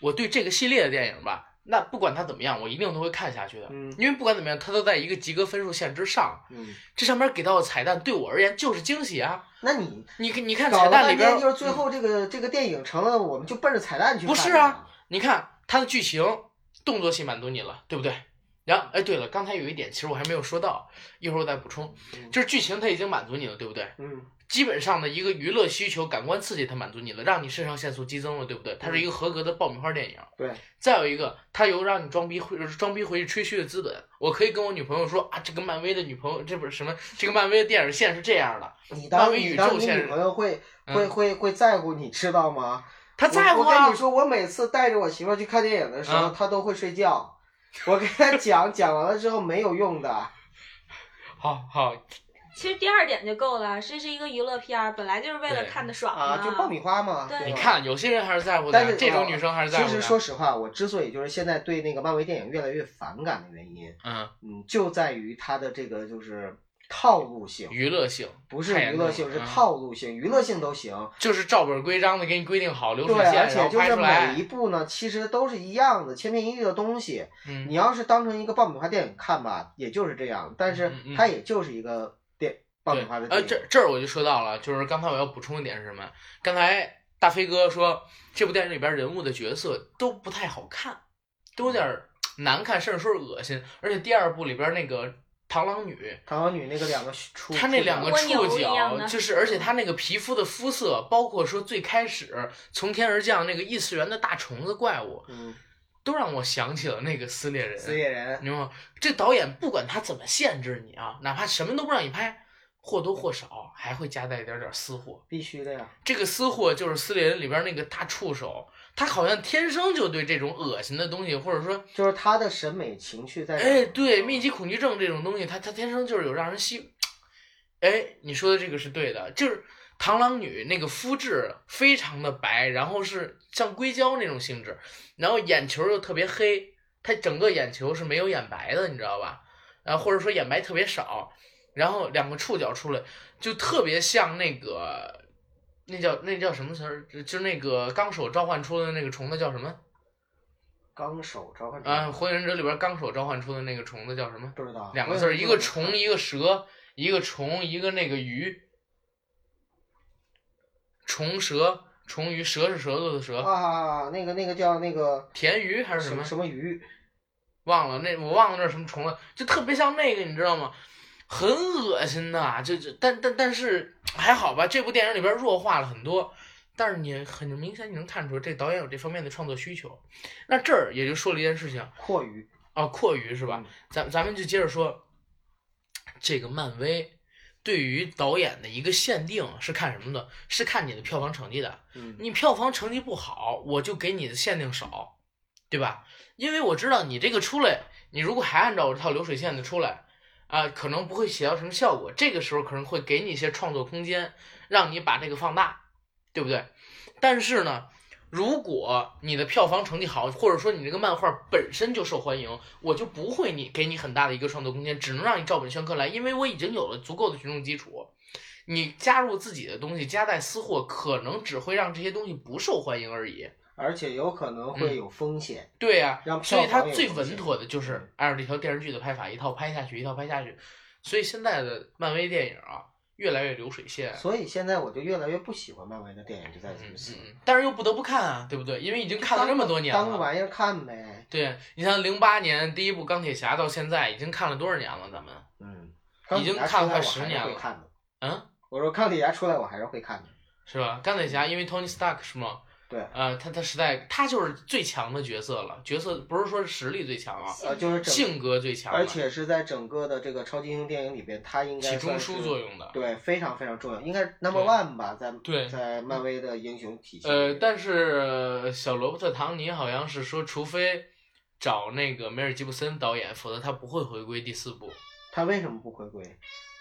A: 我对这个系列的电影吧，那不管它怎么样，我一定都会看下去的，
B: 嗯
A: 因为不管怎么样，它都在一个及格分数线之上。
B: 嗯，
A: 这上面给到的彩蛋对我而言就是惊喜啊！
B: 那你
A: 你你看
B: 搞
A: 彩
B: 了
A: 蛋里
B: 半
A: 边儿，
B: 天
A: 嗯
B: 就是最后这个、这个电影成了，我们就奔着彩蛋去看
A: 不
B: 的。
A: 是啊你看它的剧情、动作戏满足你了，对不对？然后，哎，对了，刚才有一点，其实我还没有说到，一会儿我再补充。
B: 嗯，
A: 就是剧情它已经满足你了，对不对？
B: 嗯
A: 基本上的一个娱乐需求、感官刺激，它满足你了，让你肾上腺素激增了，对不对？它是一个
B: 嗯
A: 合格的爆米花电影。
B: 对，
A: 再有一个，它有让你装逼回装逼回去吹嘘的资本。我可以跟我女朋友说啊，这个漫威的女朋友，这不是什么，这个漫威的电影线是这样的。
B: 你
A: 漫
B: 当
A: 威
B: 你
A: 宇
B: 当
A: 宙
B: 你
A: 现
B: 女
A: 实
B: 朋友会
A: 嗯
B: 会会会在乎你知道吗？
A: 他在乎
B: 我。我跟
A: 啊
B: 你，说，我每次带着我媳妇儿去看电影的时候，
A: 嗯
B: 她都会睡觉。我跟她讲 讲完了之后没有用的，
A: 好好，
C: 其实第二点就够了，这是一个娱乐片儿，本来就是为了
A: 对
C: 看的爽
B: 啊，
C: 嘛。
B: 就爆米花嘛。
C: 对
B: 对吧
A: 你，看有些人还是在乎
B: 但
A: 的，
B: 是
A: 这种
B: 哦
A: 女生还是在
B: 其
A: 乎的。
B: 实说实话，我之所以就是现在对那个漫威电影越来越反感的原因，
A: 嗯，
B: 嗯，就在于它的这个就是套路性，
A: 娱乐性
B: 不是
A: 太严
B: 娱
A: 重
B: 乐
A: 了
B: 性，是
A: 嗯
B: 套路性，娱乐性都行。
A: 就是照本规章的给你规定好流水
B: 对，
A: 线，
B: 而
A: 然
B: 且
A: 后
B: 就
A: 拍
B: 是
A: 出来
B: 每一。部呢，其实都是一样的，千篇一律的东西。你
A: 嗯，
B: 要是当成一个爆米花电影看吧，也就是这样，但是
A: 嗯嗯
B: 它也就是一个电爆米
A: 对，
B: 花的
A: 呃，
B: 电影。
A: 这这儿我就说到了，就是刚才我要补充一点是什么？刚才大飞哥说这部电影里边人物的角色都不太好看，都有点儿难看，甚至说是恶心。而且第二部里边那个螳螂女，
B: 螳螂女那个两个出，
A: 她那两个
C: 蜗牛
A: 触
C: 一样
A: 角，
C: 的嗯
A: 就是而且她那个皮肤的肤色，包括说最开始从天而降那个异次元的大虫子怪物，
B: 嗯，
A: 都让我想起了那个撕裂人。
B: 死野人，
A: 你明白吗？这导演不管他怎么限制你啊，哪怕什么都不让你拍，或多或少还会夹带一点点私货。
B: 必须的呀。
A: 这个私货就是《撕裂人》里边那个大触手，他好像天生就对这种恶心的东西，或者说，
B: 就是他的审美情趣在。
A: 哎，对，密集。恐惧症这种东西，他他天生就是有让人吸。哎，你说的这个是对的，就是螳螂女那个肤质非常的白，然后是像硅胶那种性质，然后眼球又特别黑，她整个眼球是没有眼白的，你知道吧？啊，或者说眼白特别少，然后两个触角出来，就特别像那个，那叫那叫什么词儿？就那个纲手召唤出的那个虫子叫什么？
B: 纲手召唤者
A: 啊，《火影忍者》里边纲手召唤出的那个虫子叫什么？
B: 不知道
A: 两个字儿，一个虫，一个蛇，一个虫，一个那个鱼，虫蛇，虫鱼，蛇是舌头的蛇，
B: 啊，那个那个叫那个
A: 田鱼还是
B: 什
A: 什么？
B: 什么鱼，
A: 忘了那我忘了那是什么虫了，就特别像那个，你知道吗？很恶心的，就就但但但是还好吧，这部电影里边弱化了很多，但是你很明显你能看出这导演有这方面的创作需求。那这儿也就说了一件事情，
B: 阔鱼
A: 啊，阔鱼是吧
B: 嗯？
A: 咱咱们就接着说，这个漫威对于导演的一个限定是看什么的？是看你的票房成绩的。
B: 嗯
A: 你票房成绩不好，我就给你的限定少，对吧？因为我知道你这个出来，你如果还按照我这套流水线的出来，啊、可能不会起到什么效果。这个时候可能会给你一些创作空间，让你把这个放大，对不对？但是呢，如果你的票房成绩好，或者说你这个漫画本身就受欢迎，我就不会你给你很大的一个创作空间，只能让你照本宣科来，因为我已经有了足够的群众基础。你加入自己的东西，夹带私货，可能只会让这些东西不受欢迎而已。
B: 而且有可能
A: 嗯
B: 会有风险。
A: 对呀、
B: 让
A: 所以
B: 票
A: 它
B: 房有
A: 最
B: 风
A: 稳
B: 险
A: 妥的
B: 嗯
A: 就是按照这条电视剧的拍法，一套拍下去，一套拍下去。所以现在的漫威电影啊，越来越流水线。
B: 所以现在我就越来越不喜欢漫威的电影，就在
A: 嗯
B: 这个
A: 嗯
B: 戏。
A: 嗯，但是又不得不看啊，对不对？因为已经看了
B: 当
A: 这么
B: 个
A: 多年
B: 当个
A: 了。
B: 玩意儿看呗。
A: 对你像零八年第一部钢铁侠到现在已经看了多少年了？咱们
B: 嗯，
A: 已经
B: 钢铁侠
A: 看了快
B: 出来我还
A: 10年
B: 是
A: 了
B: 会看的。
A: 嗯，
B: 我说钢铁侠出来我还是会看的。
A: 是吧？钢铁侠因为 Tony Stark 是吗？
B: 对，
A: 呃，他他实在他就是最强的角色了，角色不是说是实力最强啊，
B: 呃，就是整，
A: 性格最强了，
B: 而且是在整个的这个超级英雄电影里边，他应该
A: 起中
B: 算是
A: 枢作用的。
B: 对非常非常重要，应该是 number
A: 对
B: one 吧，在
A: 对
B: 在漫威的英雄体系里
A: 呃，
B: 面。
A: 但是呃小罗伯特·唐尼好像是说，除非找那个梅尔吉布森导演，否则他不会回归第四部。
B: 他为什么不回归？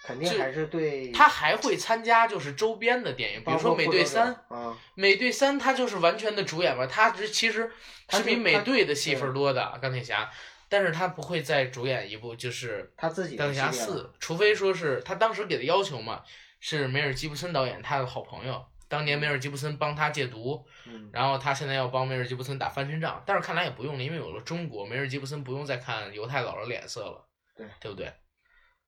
B: 肯定
A: 这
B: 还是对
A: 他还会参加就是周边的电影，比
B: 嗯包
A: 如
B: 括
A: 说《
B: 复
A: 美
B: 仇
A: 队
B: 者
A: 三》，《
B: 啊，
A: 美队三》他就是完全的主演嘛，他只其实
B: 他
A: 是
B: 就
A: 比美
B: 他
A: 队的戏份
B: 对
A: 多的钢铁侠，但是他不会再主演一部就是
B: 他自己
A: 钢
B: 的
A: 铁侠
B: 系列了
A: 四，除非说是他当时给的要求嘛，是梅尔吉布森导演他的好朋友，当年梅尔吉布森帮他戒毒，
B: 嗯，
A: 然后他现在要帮梅尔吉布森打翻身仗，但是看来也不用了，因为有了中国，梅尔吉布森不用再看犹太佬的脸色了，
B: 对
A: 对不对？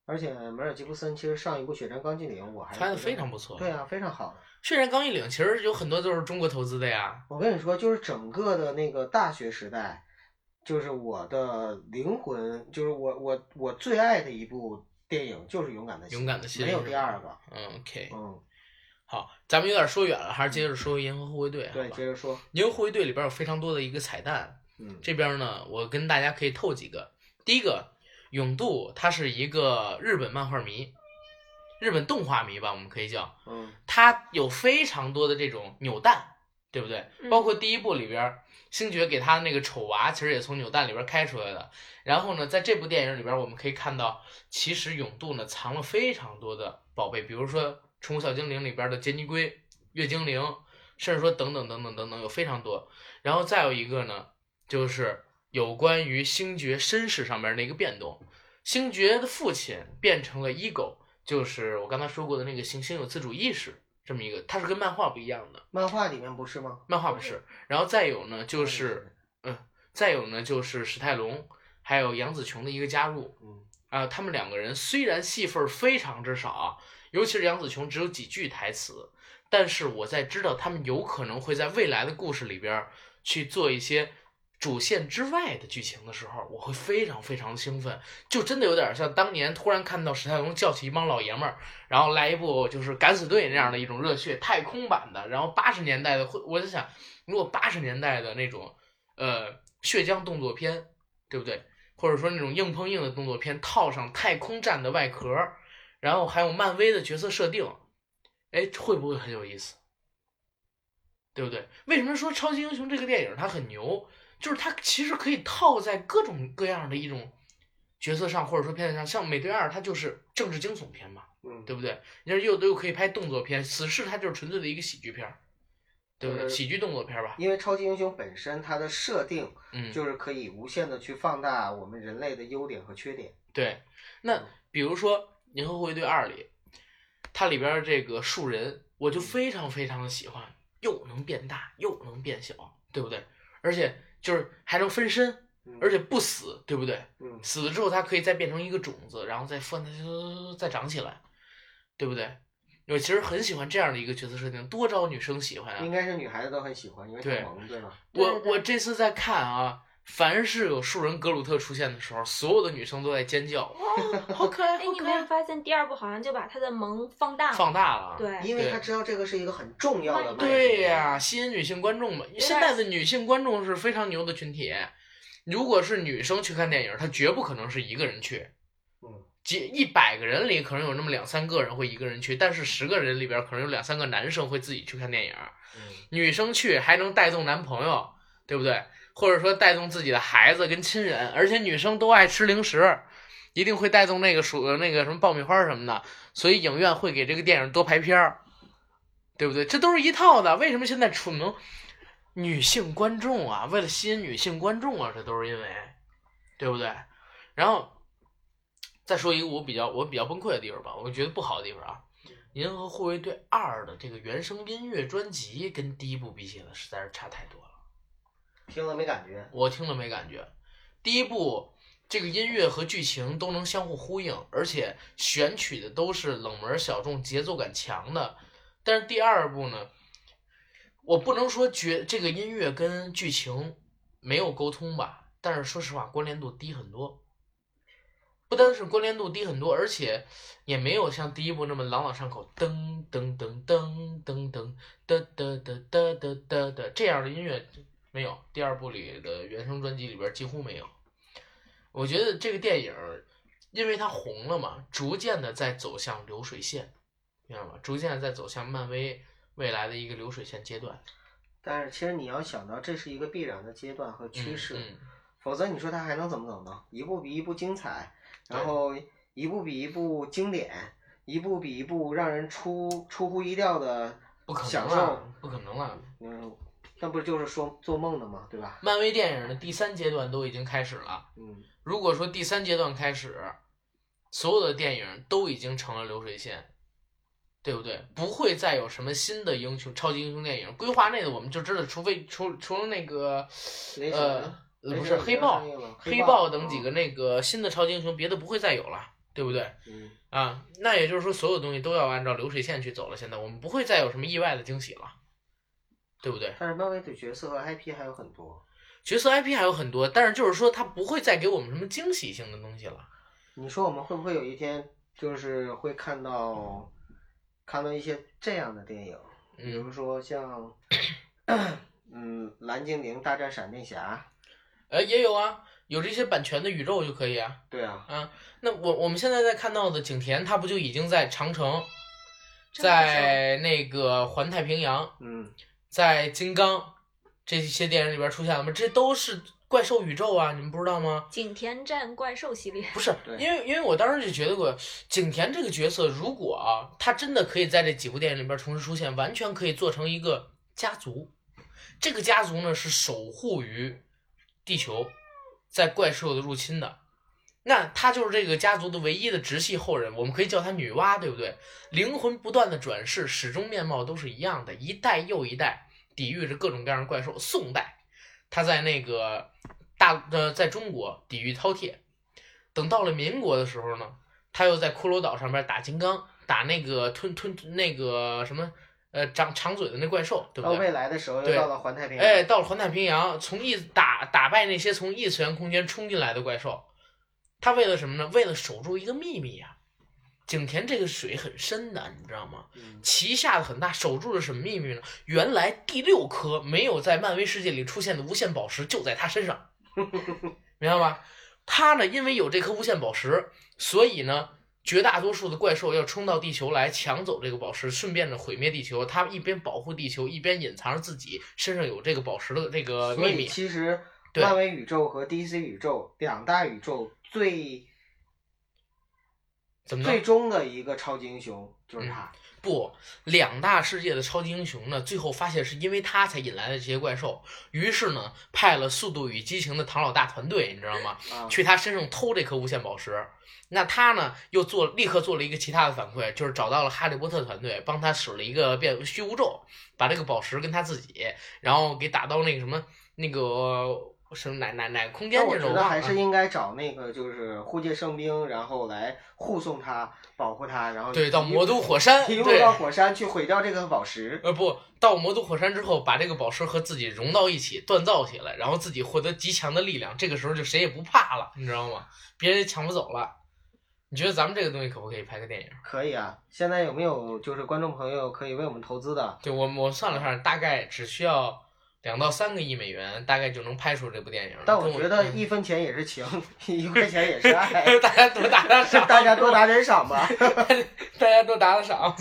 B: 而且梅尔吉布森其实上一部《血战钢锯岭》，我还是
A: 拍的
B: 觉得
A: 非常不错。
B: 对啊，非常好的。
A: 血战钢一岭其实有很多都是中国投资的呀，
B: 我跟你说，就是整个的那个大学时代，就是我的灵魂，就是我我我最爱的一部电影就是《勇敢的心》，
A: 勇敢的心
B: 没有
A: 是
B: 第
A: 吧
B: 二个。
A: 嗯，OK，
B: 嗯，
A: 好，咱们有点说远了，还是接着说银河护卫队，
B: 对，
A: 好吧
B: 接着说，
A: 银河护卫队里边有非常多的一个彩蛋，
B: 嗯，
A: 这边呢，我跟大家可以透几个。第一个，永渡他是一个日本漫画迷，日本动画迷吧，我们可以叫。
B: 嗯
A: 他有非常多的这种扭蛋，对不对？
C: 嗯
A: 包括第一部里边，星爵给他的那个丑娃，其实也从扭蛋里边开出来的。然后呢，在这部电影里边，我们可以看到，其实永渡呢藏了非常多的宝贝，比如说《宠物小精灵》里边的杰尼龟、月精灵，甚至说等等等等等等，有非常多。然后再有一个呢，就是有关于星爵身世上面的一个变动。星爵的父亲变成了 ego，就是我刚才说过的那个行星有自主意识这么一个，它是跟漫画不一样的，
B: 漫画里面不是吗？
A: 漫画不是。然后再有呢，就是嗯，再有呢就是史泰龙还有杨紫琼的一个加入，
B: 嗯，
A: 啊、他们两个人虽然戏份儿非常之少啊，尤其是杨紫琼只有几句台词，但是我在知道他们有可能会在未来的故事里边儿去做一些主线之外的剧情的时候，我会非常非常兴奋，就真的有点像当年突然看到史泰龙叫起一帮老爷们儿，然后来一部就是敢死队那样的一种热血太空版的，然后八十年代的会，我在想，如果八十年代的那种呃血浆动作片，对不对？或者说那种硬碰硬的动作片，套上太空站的外壳，然后还有漫威的角色设定，哎，会不会很有意思？对不对？为什么说超级英雄这个电影它很牛？就是它其实可以套在各种各样的一种角色上，或者说片子上。像《美队二》，它就是政治惊悚片嘛，
B: 嗯，
A: 对不对？你这又又可以拍动作片，《死侍》它就是纯粹的一个喜剧片儿，对不对？
B: 呃就是
A: 喜剧动作片儿吧，
B: 因为超级英雄本身它的设定
A: 嗯，
B: 就是可以无限的去放大我们人类的优点和缺点。
A: 对，
B: 嗯
A: 那比如说《银河护卫队二》里，它里边儿这个树人，我
B: 嗯
A: 就非常非常的喜欢，又能变大，又能变小，对不对？而且就是还能分身，
B: 嗯
A: 而且，不死，对不对？
B: 嗯，
A: 死了之后，它可以再变成一个种子，然后再放，再长起来，对不对？我其实很喜欢这样的一个角色设定，多招女生喜欢啊
B: 应！该是女孩子都很喜欢，因为
A: 对
B: 它萌，对吧？
A: 我
C: 对对
A: 我这次在看啊，凡是有树人格鲁特出现的时候，所有的女生都在尖叫， 哇，好可爱，
C: 哎，
A: 好
C: 你
A: 可
C: 没有
A: 爱，
C: 发现第二部好像就把他的萌放大了？
A: 放大了啊。
C: 对，
B: 因为
A: 对
B: 他知道这个是一个很重要的卖点。
A: 对呀、吸引女性观众嘛。
C: 点
A: 现在的女性观众是非常牛的群体。如果是女生去看电影，她绝不可能是一个人去。
B: 嗯，
A: 几一百个人里可能有那么两三个人会一个人去，但是十个人里边可能有两三个男生会自己去看电影。
B: 嗯
A: 女生去还能带动男朋友，对不对？或者说带动自己的孩子跟亲人，而且女生都爱吃零食，一定会带动那个薯那个什么爆米花什么的，所以影院会给这个电影多排片儿，对不对？这都是一套的。为什么现在出名女性观众啊？为了吸引女性观众啊，这都是因为，对不对？然后再说一个我比较我比较崩溃的地方吧，我觉得不好的地方啊，《银河护卫队二》的这个原声音乐专辑跟第一部比起来，实在是差太多了。
B: 听了没感觉？
A: 我听了没感觉。第一部这个音乐和剧情都能相互呼应，而且选取的都是冷门小众、节奏感强的。但是第二部呢，我不能说觉这个音乐跟剧情没有沟通吧，但是说实话关联度低很多。不单是关联度低很多，而且也没有像第一部那么朗朗上口，噔噔噔噔噔噔噔噔噔噔噔噔的这样的音乐没有。第二部里的原声专辑里边几乎没有。我觉得这个电影，因为它红了嘛，逐渐的在走向流水线，明白吗？逐渐的在走向漫威未来的一个流水线阶段。
B: 但是其实你要想到，这是一个必然的阶段和趋势，
A: 嗯
B: 否则你说它还能怎么走呢？一步比一步精彩，然
A: 对
B: 后一步比一步经典，一步比一步让人出出乎意料的
A: 不可能
B: 享受。
A: 了，不可能了。
B: 嗯，那不就是说做梦的吗？对吧？
A: 漫威电影的第三阶段都已经开始了。
B: 嗯，
A: 如果说第三阶段开始，所有的电影都已经成了流水线，对不对？不会再有什么新的英雄、超级英雄电影。规划内的我们就知道，除非除除了那个
B: 雷神啊
A: 呃
B: 雷
A: 不是
B: 神
A: 黑豹
B: 已、经上映了
A: 黑
B: 黑
A: 豹等几个
B: 嗯
A: 那个新的超级英雄，别的不会再有了，对不对？
B: 嗯，
A: 啊，那也就是说，所有东西都要按照流水线去走了。现在我们不会再有什么意外的惊喜了，对不对？
B: 但是漫威对角色和 IP 还有很多。
A: 角色 IP 还有很多，但是就是说，它不会再给我们什么惊喜性的东西了。
B: 你说我们会不会有一天就是会看到看到一些这样的电影？比
A: 嗯
B: 如，说像， 嗯，蓝精灵大战闪电侠，
A: 呃，也有啊，有这些版权的宇宙就可以啊。
B: 对啊，
A: 那我我们现在在看到的景甜，她不就已经在长城，
C: 真的是
A: 在那个环太平洋，
B: 嗯，
A: 在金刚这些电影里边出现了吗？这都是怪兽宇宙啊，你们不知道吗？
C: 景田战怪兽系列，
A: 不是，
B: 对
A: 因为因为我当时就觉得过，景甜这个角色，如果啊，她真的可以在这几部电影里边同时出现，完全可以做成一个家族。这个家族呢是守护于地球，在怪兽的入侵的。那她就是这个家族的唯一的直系后人，我们可以叫她女娲，对不对？灵魂不断的转世，始终面貌都是一样的，一代又一代抵御着各种各样的怪兽。宋代，她在那个大呃，在中国抵御饕餮。等到了民国的时候呢，他又在骷髅岛上边打金刚，打那个吞吞那个什么呃长长嘴的那怪兽，对
B: 到
A: 不对
B: 未？来的时候又
A: 对
B: 哦到了环太平洋，
A: 哎，到了环太平洋，从异打打败那些从异次元空间冲进来的怪兽，他为了什么呢？为了守住一个秘密呀、景田这个水很深的，你知道吗？
B: 嗯，
A: 旗下的很大守住了什么秘密呢？原来第六颗没有在漫威世界里出现的无限宝石就在他身上， 明白吗？他呢，因为有这颗无限宝石，所以呢，绝大多数的怪兽要冲到地球来抢走这个宝石，顺便呢毁灭地球。他一边保护地球，一边隐藏着自己身上有这个宝石的这个
B: 所
A: 秘
B: 以
A: 密。
B: 其实
A: 对
B: 漫威宇宙和 DC 宇宙两大宇宙最
A: 怎么
B: 最
A: 呢？
B: 终的一个超级英雄
A: 嗯
B: 就是他，
A: 不，两大世界的超级英雄呢，最后发现是因为他才引来的这些怪兽，于是呢，派了《速度与激情》的唐老大团队，你知道吗？
B: 啊，
A: 去他身上偷这颗无限宝石。那他呢，又做立刻做了一个其他的反馈，就是找到了哈利波特团队，帮他使了一个变虚无咒，把这个宝石跟他自己，然后给打到那个什么那个什么哪哪哪个空间去
B: 那我
A: 了，
B: 觉
A: 我
B: 得
A: 忘
B: 还是
A: 了。
B: 应该找那个就是护戒圣兵，然后来护送他、保护他，然后
A: 对，到
B: 一
A: 魔都火山，
B: 一路到
A: 对，
B: 火山去毁掉这个宝石。
A: 呃不，到魔都火山之后，把这个宝石和自己融到一起，锻造起来，然后自己获得极强的力量，这个时候就谁也不怕了，你知道吗？别人也抢不走了。你觉得咱们这个东西可不可以拍个电影？
B: 可以啊，现在有没有就是观众朋友可以为我们投资的？
A: 对我我算了算，大概只需要两到三个亿美元，大概就能拍出这部电影。
B: 但
A: 跟
B: 我
A: 我
B: 觉得
A: 嗯
B: 一分钱也是情， 一块钱也是爱，
A: 大家多打打赏，
B: 大家多打点 赏吧。
A: 大家多打打赏，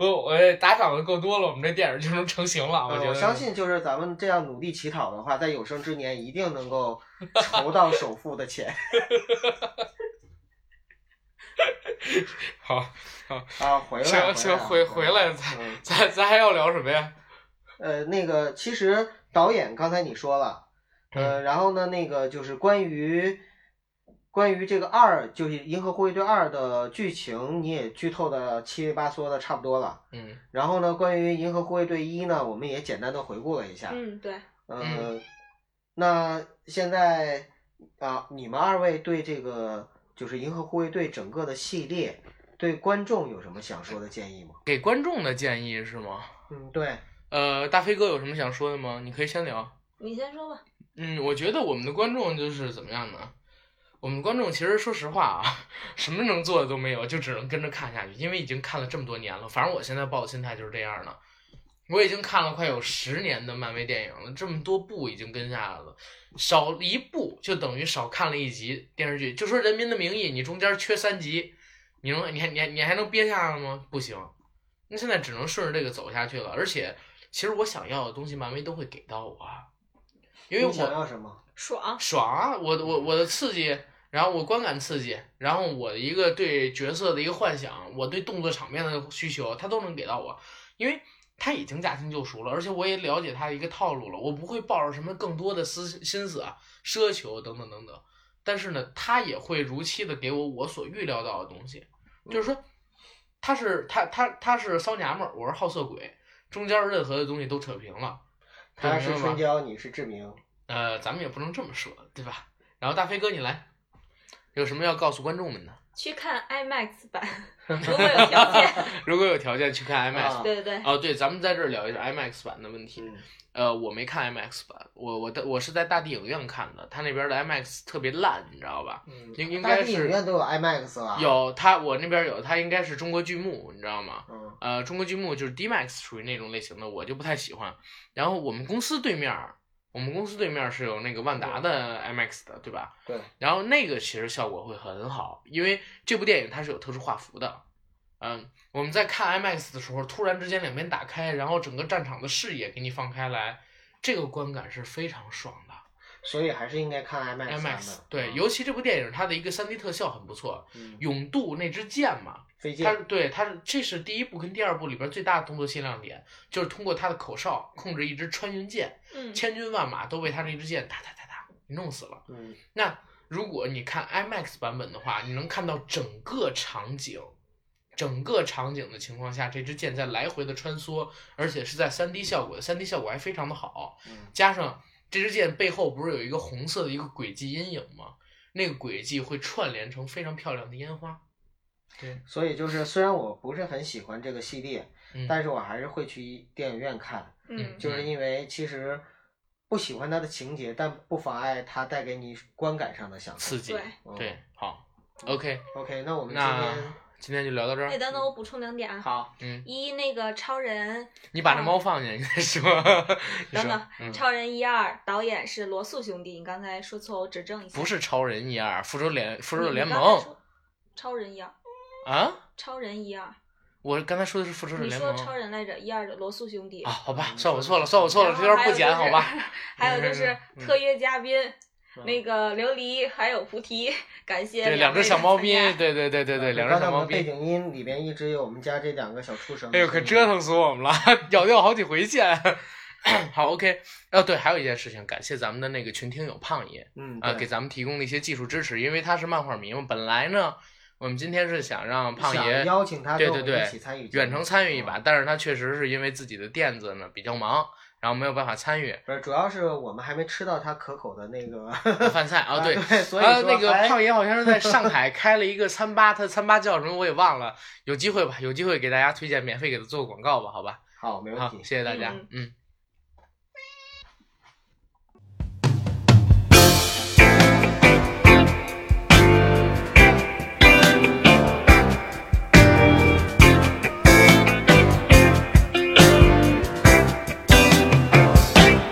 A: 我我打赏的够多了，我们这电影就能成型了。觉
B: 呃
A: 得，
B: 我相信就是咱们这样努力乞讨的话，在有生之年一定能够筹到首付的钱
A: 好，
B: 啊！回来，
A: 行行，回回
B: 来。
A: 来，咱
B: 嗯
A: 咱咱还要聊什么呀？
B: 呃，那个其实导演刚才你说了，
A: 嗯
B: 呃，然后呢，那个就是关于关于这个二，就是《银河护卫队二》的剧情，你也剧透的七里八嗦的差不多了。
A: 嗯
B: 然后呢，关于《银河护卫队一》呢，我们也简单的回顾了一
A: 啊
B: 下。
C: 嗯，对，
B: 呃，那现在啊，你们二位对这个就是《银河护卫队》整个的系列，对观众有什么想说的建议吗？
A: 给观众的建议是吗？
B: 嗯，对，
A: 呃，大飞哥有什么想说的吗？你可以先聊。
C: 你先说吧。
A: 嗯，我觉得我们的观众就是怎么样呢？我们观众其实说实话啊，什么能做的都没有，就只能跟着看下去，因为已经看了这么多年了。反正我现在抱的心态就是这样的，我已经看了快有十年的漫威电影了，这么多部已经跟下来了，少一部就等于少看了一集电视剧。就说《人民的名义》，你中间缺三集，你能你还你还你还能憋下来吗？不行，那现在只能顺着这个走下去了。而且，其实我想要的东西，漫威都会给到我啊，因为
B: 你想
A: 我
B: 要什么？
C: 爽，
A: 爽啊！我的我我的刺激，然后我观感刺激，然后我的一个对角色的一个幻想，我对动作场面的需求，他都能给到我，因为他已经驾轻就熟了，而且我也了解他的一个套路了，我不会抱着什么更多的思心思啊、奢求等等等等。但是呢，他也会如期的给我我所预料到的东西，就是说，他是他他他是骚娘们儿，我是好色鬼，中间任何的东西都扯平了。
B: 他
A: 明
B: 是
A: 白吗
B: 春娇，你是志明。
A: 呃，咱们也不能这么说，对吧？然后大飞哥，你来，有什么要告诉观众们的？
C: 去看 IMAX 版，如果有条件。
A: 如果有条件去看 IMAX，、
B: 啊
C: 对对对，
A: 哦，对，咱们在这儿聊一下 IMAX 版的问题。
B: 嗯
A: 呃，我没看 IMAX 版，我我的我是在大地影院看的，他那边的 IMAX 特别烂，你知道吧？
B: 嗯
A: 应应
B: 大
A: 该
B: 地影
A: 是
B: 院都有 IMAX 了。。
A: 有他，我那边有他，应该是中国剧目，你知道吗？
B: 嗯
A: 呃，中国剧目就是 DMAX 属于那种类型的，我就不太喜欢。然后我们公司对面儿，我们公司对面儿是有那个万达的 IMAX 的，对吧？
B: 对。
A: 然后那个其实效果会很好，因为这部电影它是有特殊画幅的。嗯，我们在看 IMAX 的时候，突然之间两边打开，然后整个战场的视野给你放开来，这个观感是非常爽的。
B: 所以还是应该看
A: IMAX
B: IMAX 版本。
A: 对，尤其这部电影它的一个 3D 特效很不错，
B: 嗯
A: 勇度那支箭嘛，
B: 飞
A: 它
B: 剑。
A: 是对它是这是第一部跟第二部里边最大的动作限量点，就是通过他的口哨控制一支穿云箭，
C: 嗯，
A: 千军万马都被他这支箭哒哒哒哒给弄死了。
B: 嗯
A: 那如果你看 IMAX 版本的话，你能看到整个场景，整个场景的情况下，这支箭在来回的穿梭，而且是在 3D 效果的，3D 效果还非常的好。
B: 嗯
A: 加上这支箭背后不是有一个红色的一个轨迹阴影吗？那个轨迹会串联成非常漂亮的烟花。对，
B: 所以就是，虽然我不是很喜欢这个系列，
A: 嗯，
B: 但是我还是会去电影院看，
C: 嗯，
B: 就是因为其实不喜欢它的情节，但不妨碍它带给你观感上的享受。
A: 刺激，
C: 对
B: 嗯
A: 对，好，OK，
B: OK，那我们今
A: 那
B: 天
A: 今天就聊到这
C: 哎，
A: 儿。
C: 等等，我补充两点啊。
B: 好，
A: 嗯，
C: 一那个超人，
A: 你把这猫放下，你再说。你
C: 嗯等
A: 说
C: 等，，
A: 嗯，
C: 超人一二导演是罗素兄弟，你刚才说错，我指正一下。
A: 不是超人一二，复仇联复
C: 你，
A: 仇者
C: 你
A: 联
C: 刚才
A: 盟
C: 说，超人一二，
A: 啊，
C: 超人一二，
A: 我刚才说的是复仇者
C: 你
A: 联
C: 说
A: 盟
C: 超人来着，一二的罗素兄弟
A: 啊，。好
B: 嗯
A: 吧，算我错了，算我错了，
C: 然
A: 这
C: 后
A: 段
C: 还
A: 不
C: 有就
A: 剪
C: 是
A: 好吧？
C: 还有就是
A: 嗯
C: 特约嘉宾，
B: 嗯
C: 那个琉璃还有菩提，感谢
A: 对，两
C: 位
A: 只
C: 的
A: 小猫
C: 参
A: 咪
C: 加，
A: 对对对对对，两只
B: 嗯刚才
A: 小
B: 我
A: 猫
B: 们背
A: 咪，
B: 景音里边一直有我们家这两个小嗯畜生。
A: 哎呦，可折。腾死我们了，咬掉好几回线。 好，OK，哦对，还有一件事情，感谢咱们的那个群听友胖爷，
B: 嗯，
A: 啊，
B: 对
A: 给咱们提供了一些技术支持，因为他是漫画迷嘛。本来呢，我们今天是想让胖
B: 想
A: 爷
B: 邀请他
A: 对
B: 跟我
A: 对
B: 们一
A: 对
B: 起参与节目
A: 远程参与一把，
B: 嗯
A: 但是他确实是因为自己的垫子呢比较忙，然后没有办法参与
B: 不是，主要是我们还没吃到他可口的那个
A: 饭 菜啊。对，
B: 对，所以
A: 啊，
B: 说哎
A: 那个
B: 还
A: 胖爷好像是在上海开了一个餐吧，他的餐吧叫什么我也忘了，有机会吧，有机会给大家推荐，免费给他做个广告吧，好吧？
B: 好，没问
A: 好，
B: 题
A: 谢。谢大家
C: 嗯，
A: 嗯。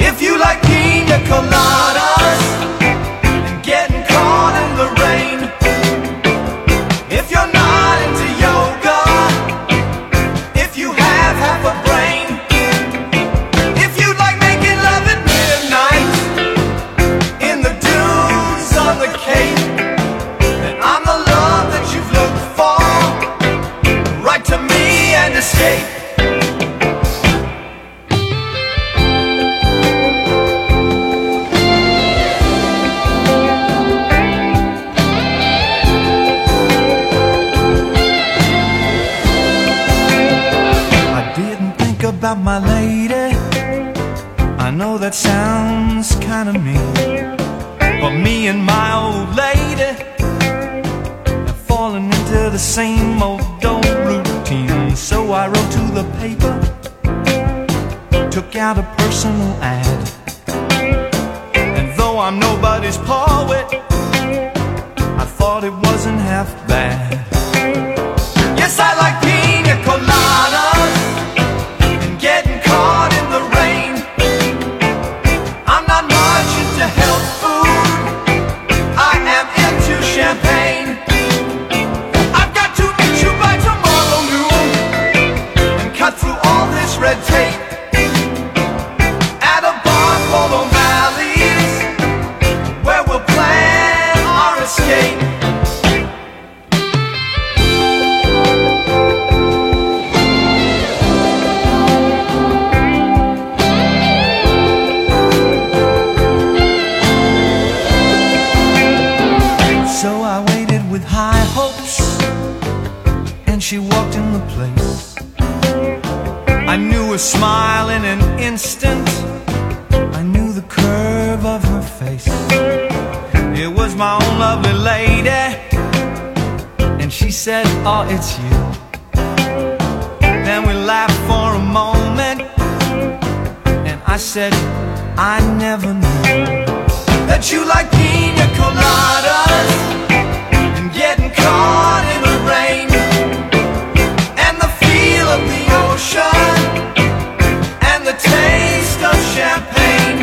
E: If you like pina coladas and getting caught in the rain, if you're not into yoga, if you have half a brain, if you like making love at midnight in the dunes on the cape, then I'm the love that you've looked for. Write to me and escape. my lady. I know that sounds kinda mean. But me and my old lady have fallen into the same old old routine. So I wrote to the paper, took out a personal ad. And though I'm nobody's poet, I thought it wasn't half bad. Yes, I like pina coladas and getting caught in the rain. I'm not much into health food. I am into champagne. I've got to meet you by tomorrow noon and cut through all this red tape. At a bar called O'Malley's, where we'll plan our escape. So I waited with high hopes, and she walked in the place. I knew her smile in an instant, I knew the curve of her face. It was my own lovely lady, and she said, Oh, it's you. Then we laughed for a moment, and I said, I never knew that you like pina coladas and getting caught in the rain and the feel of the ocean and the taste of champagne.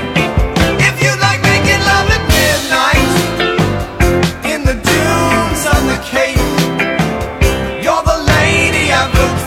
E: If you like making love at midnight in the dunes on the Cape, you're the lady I've looked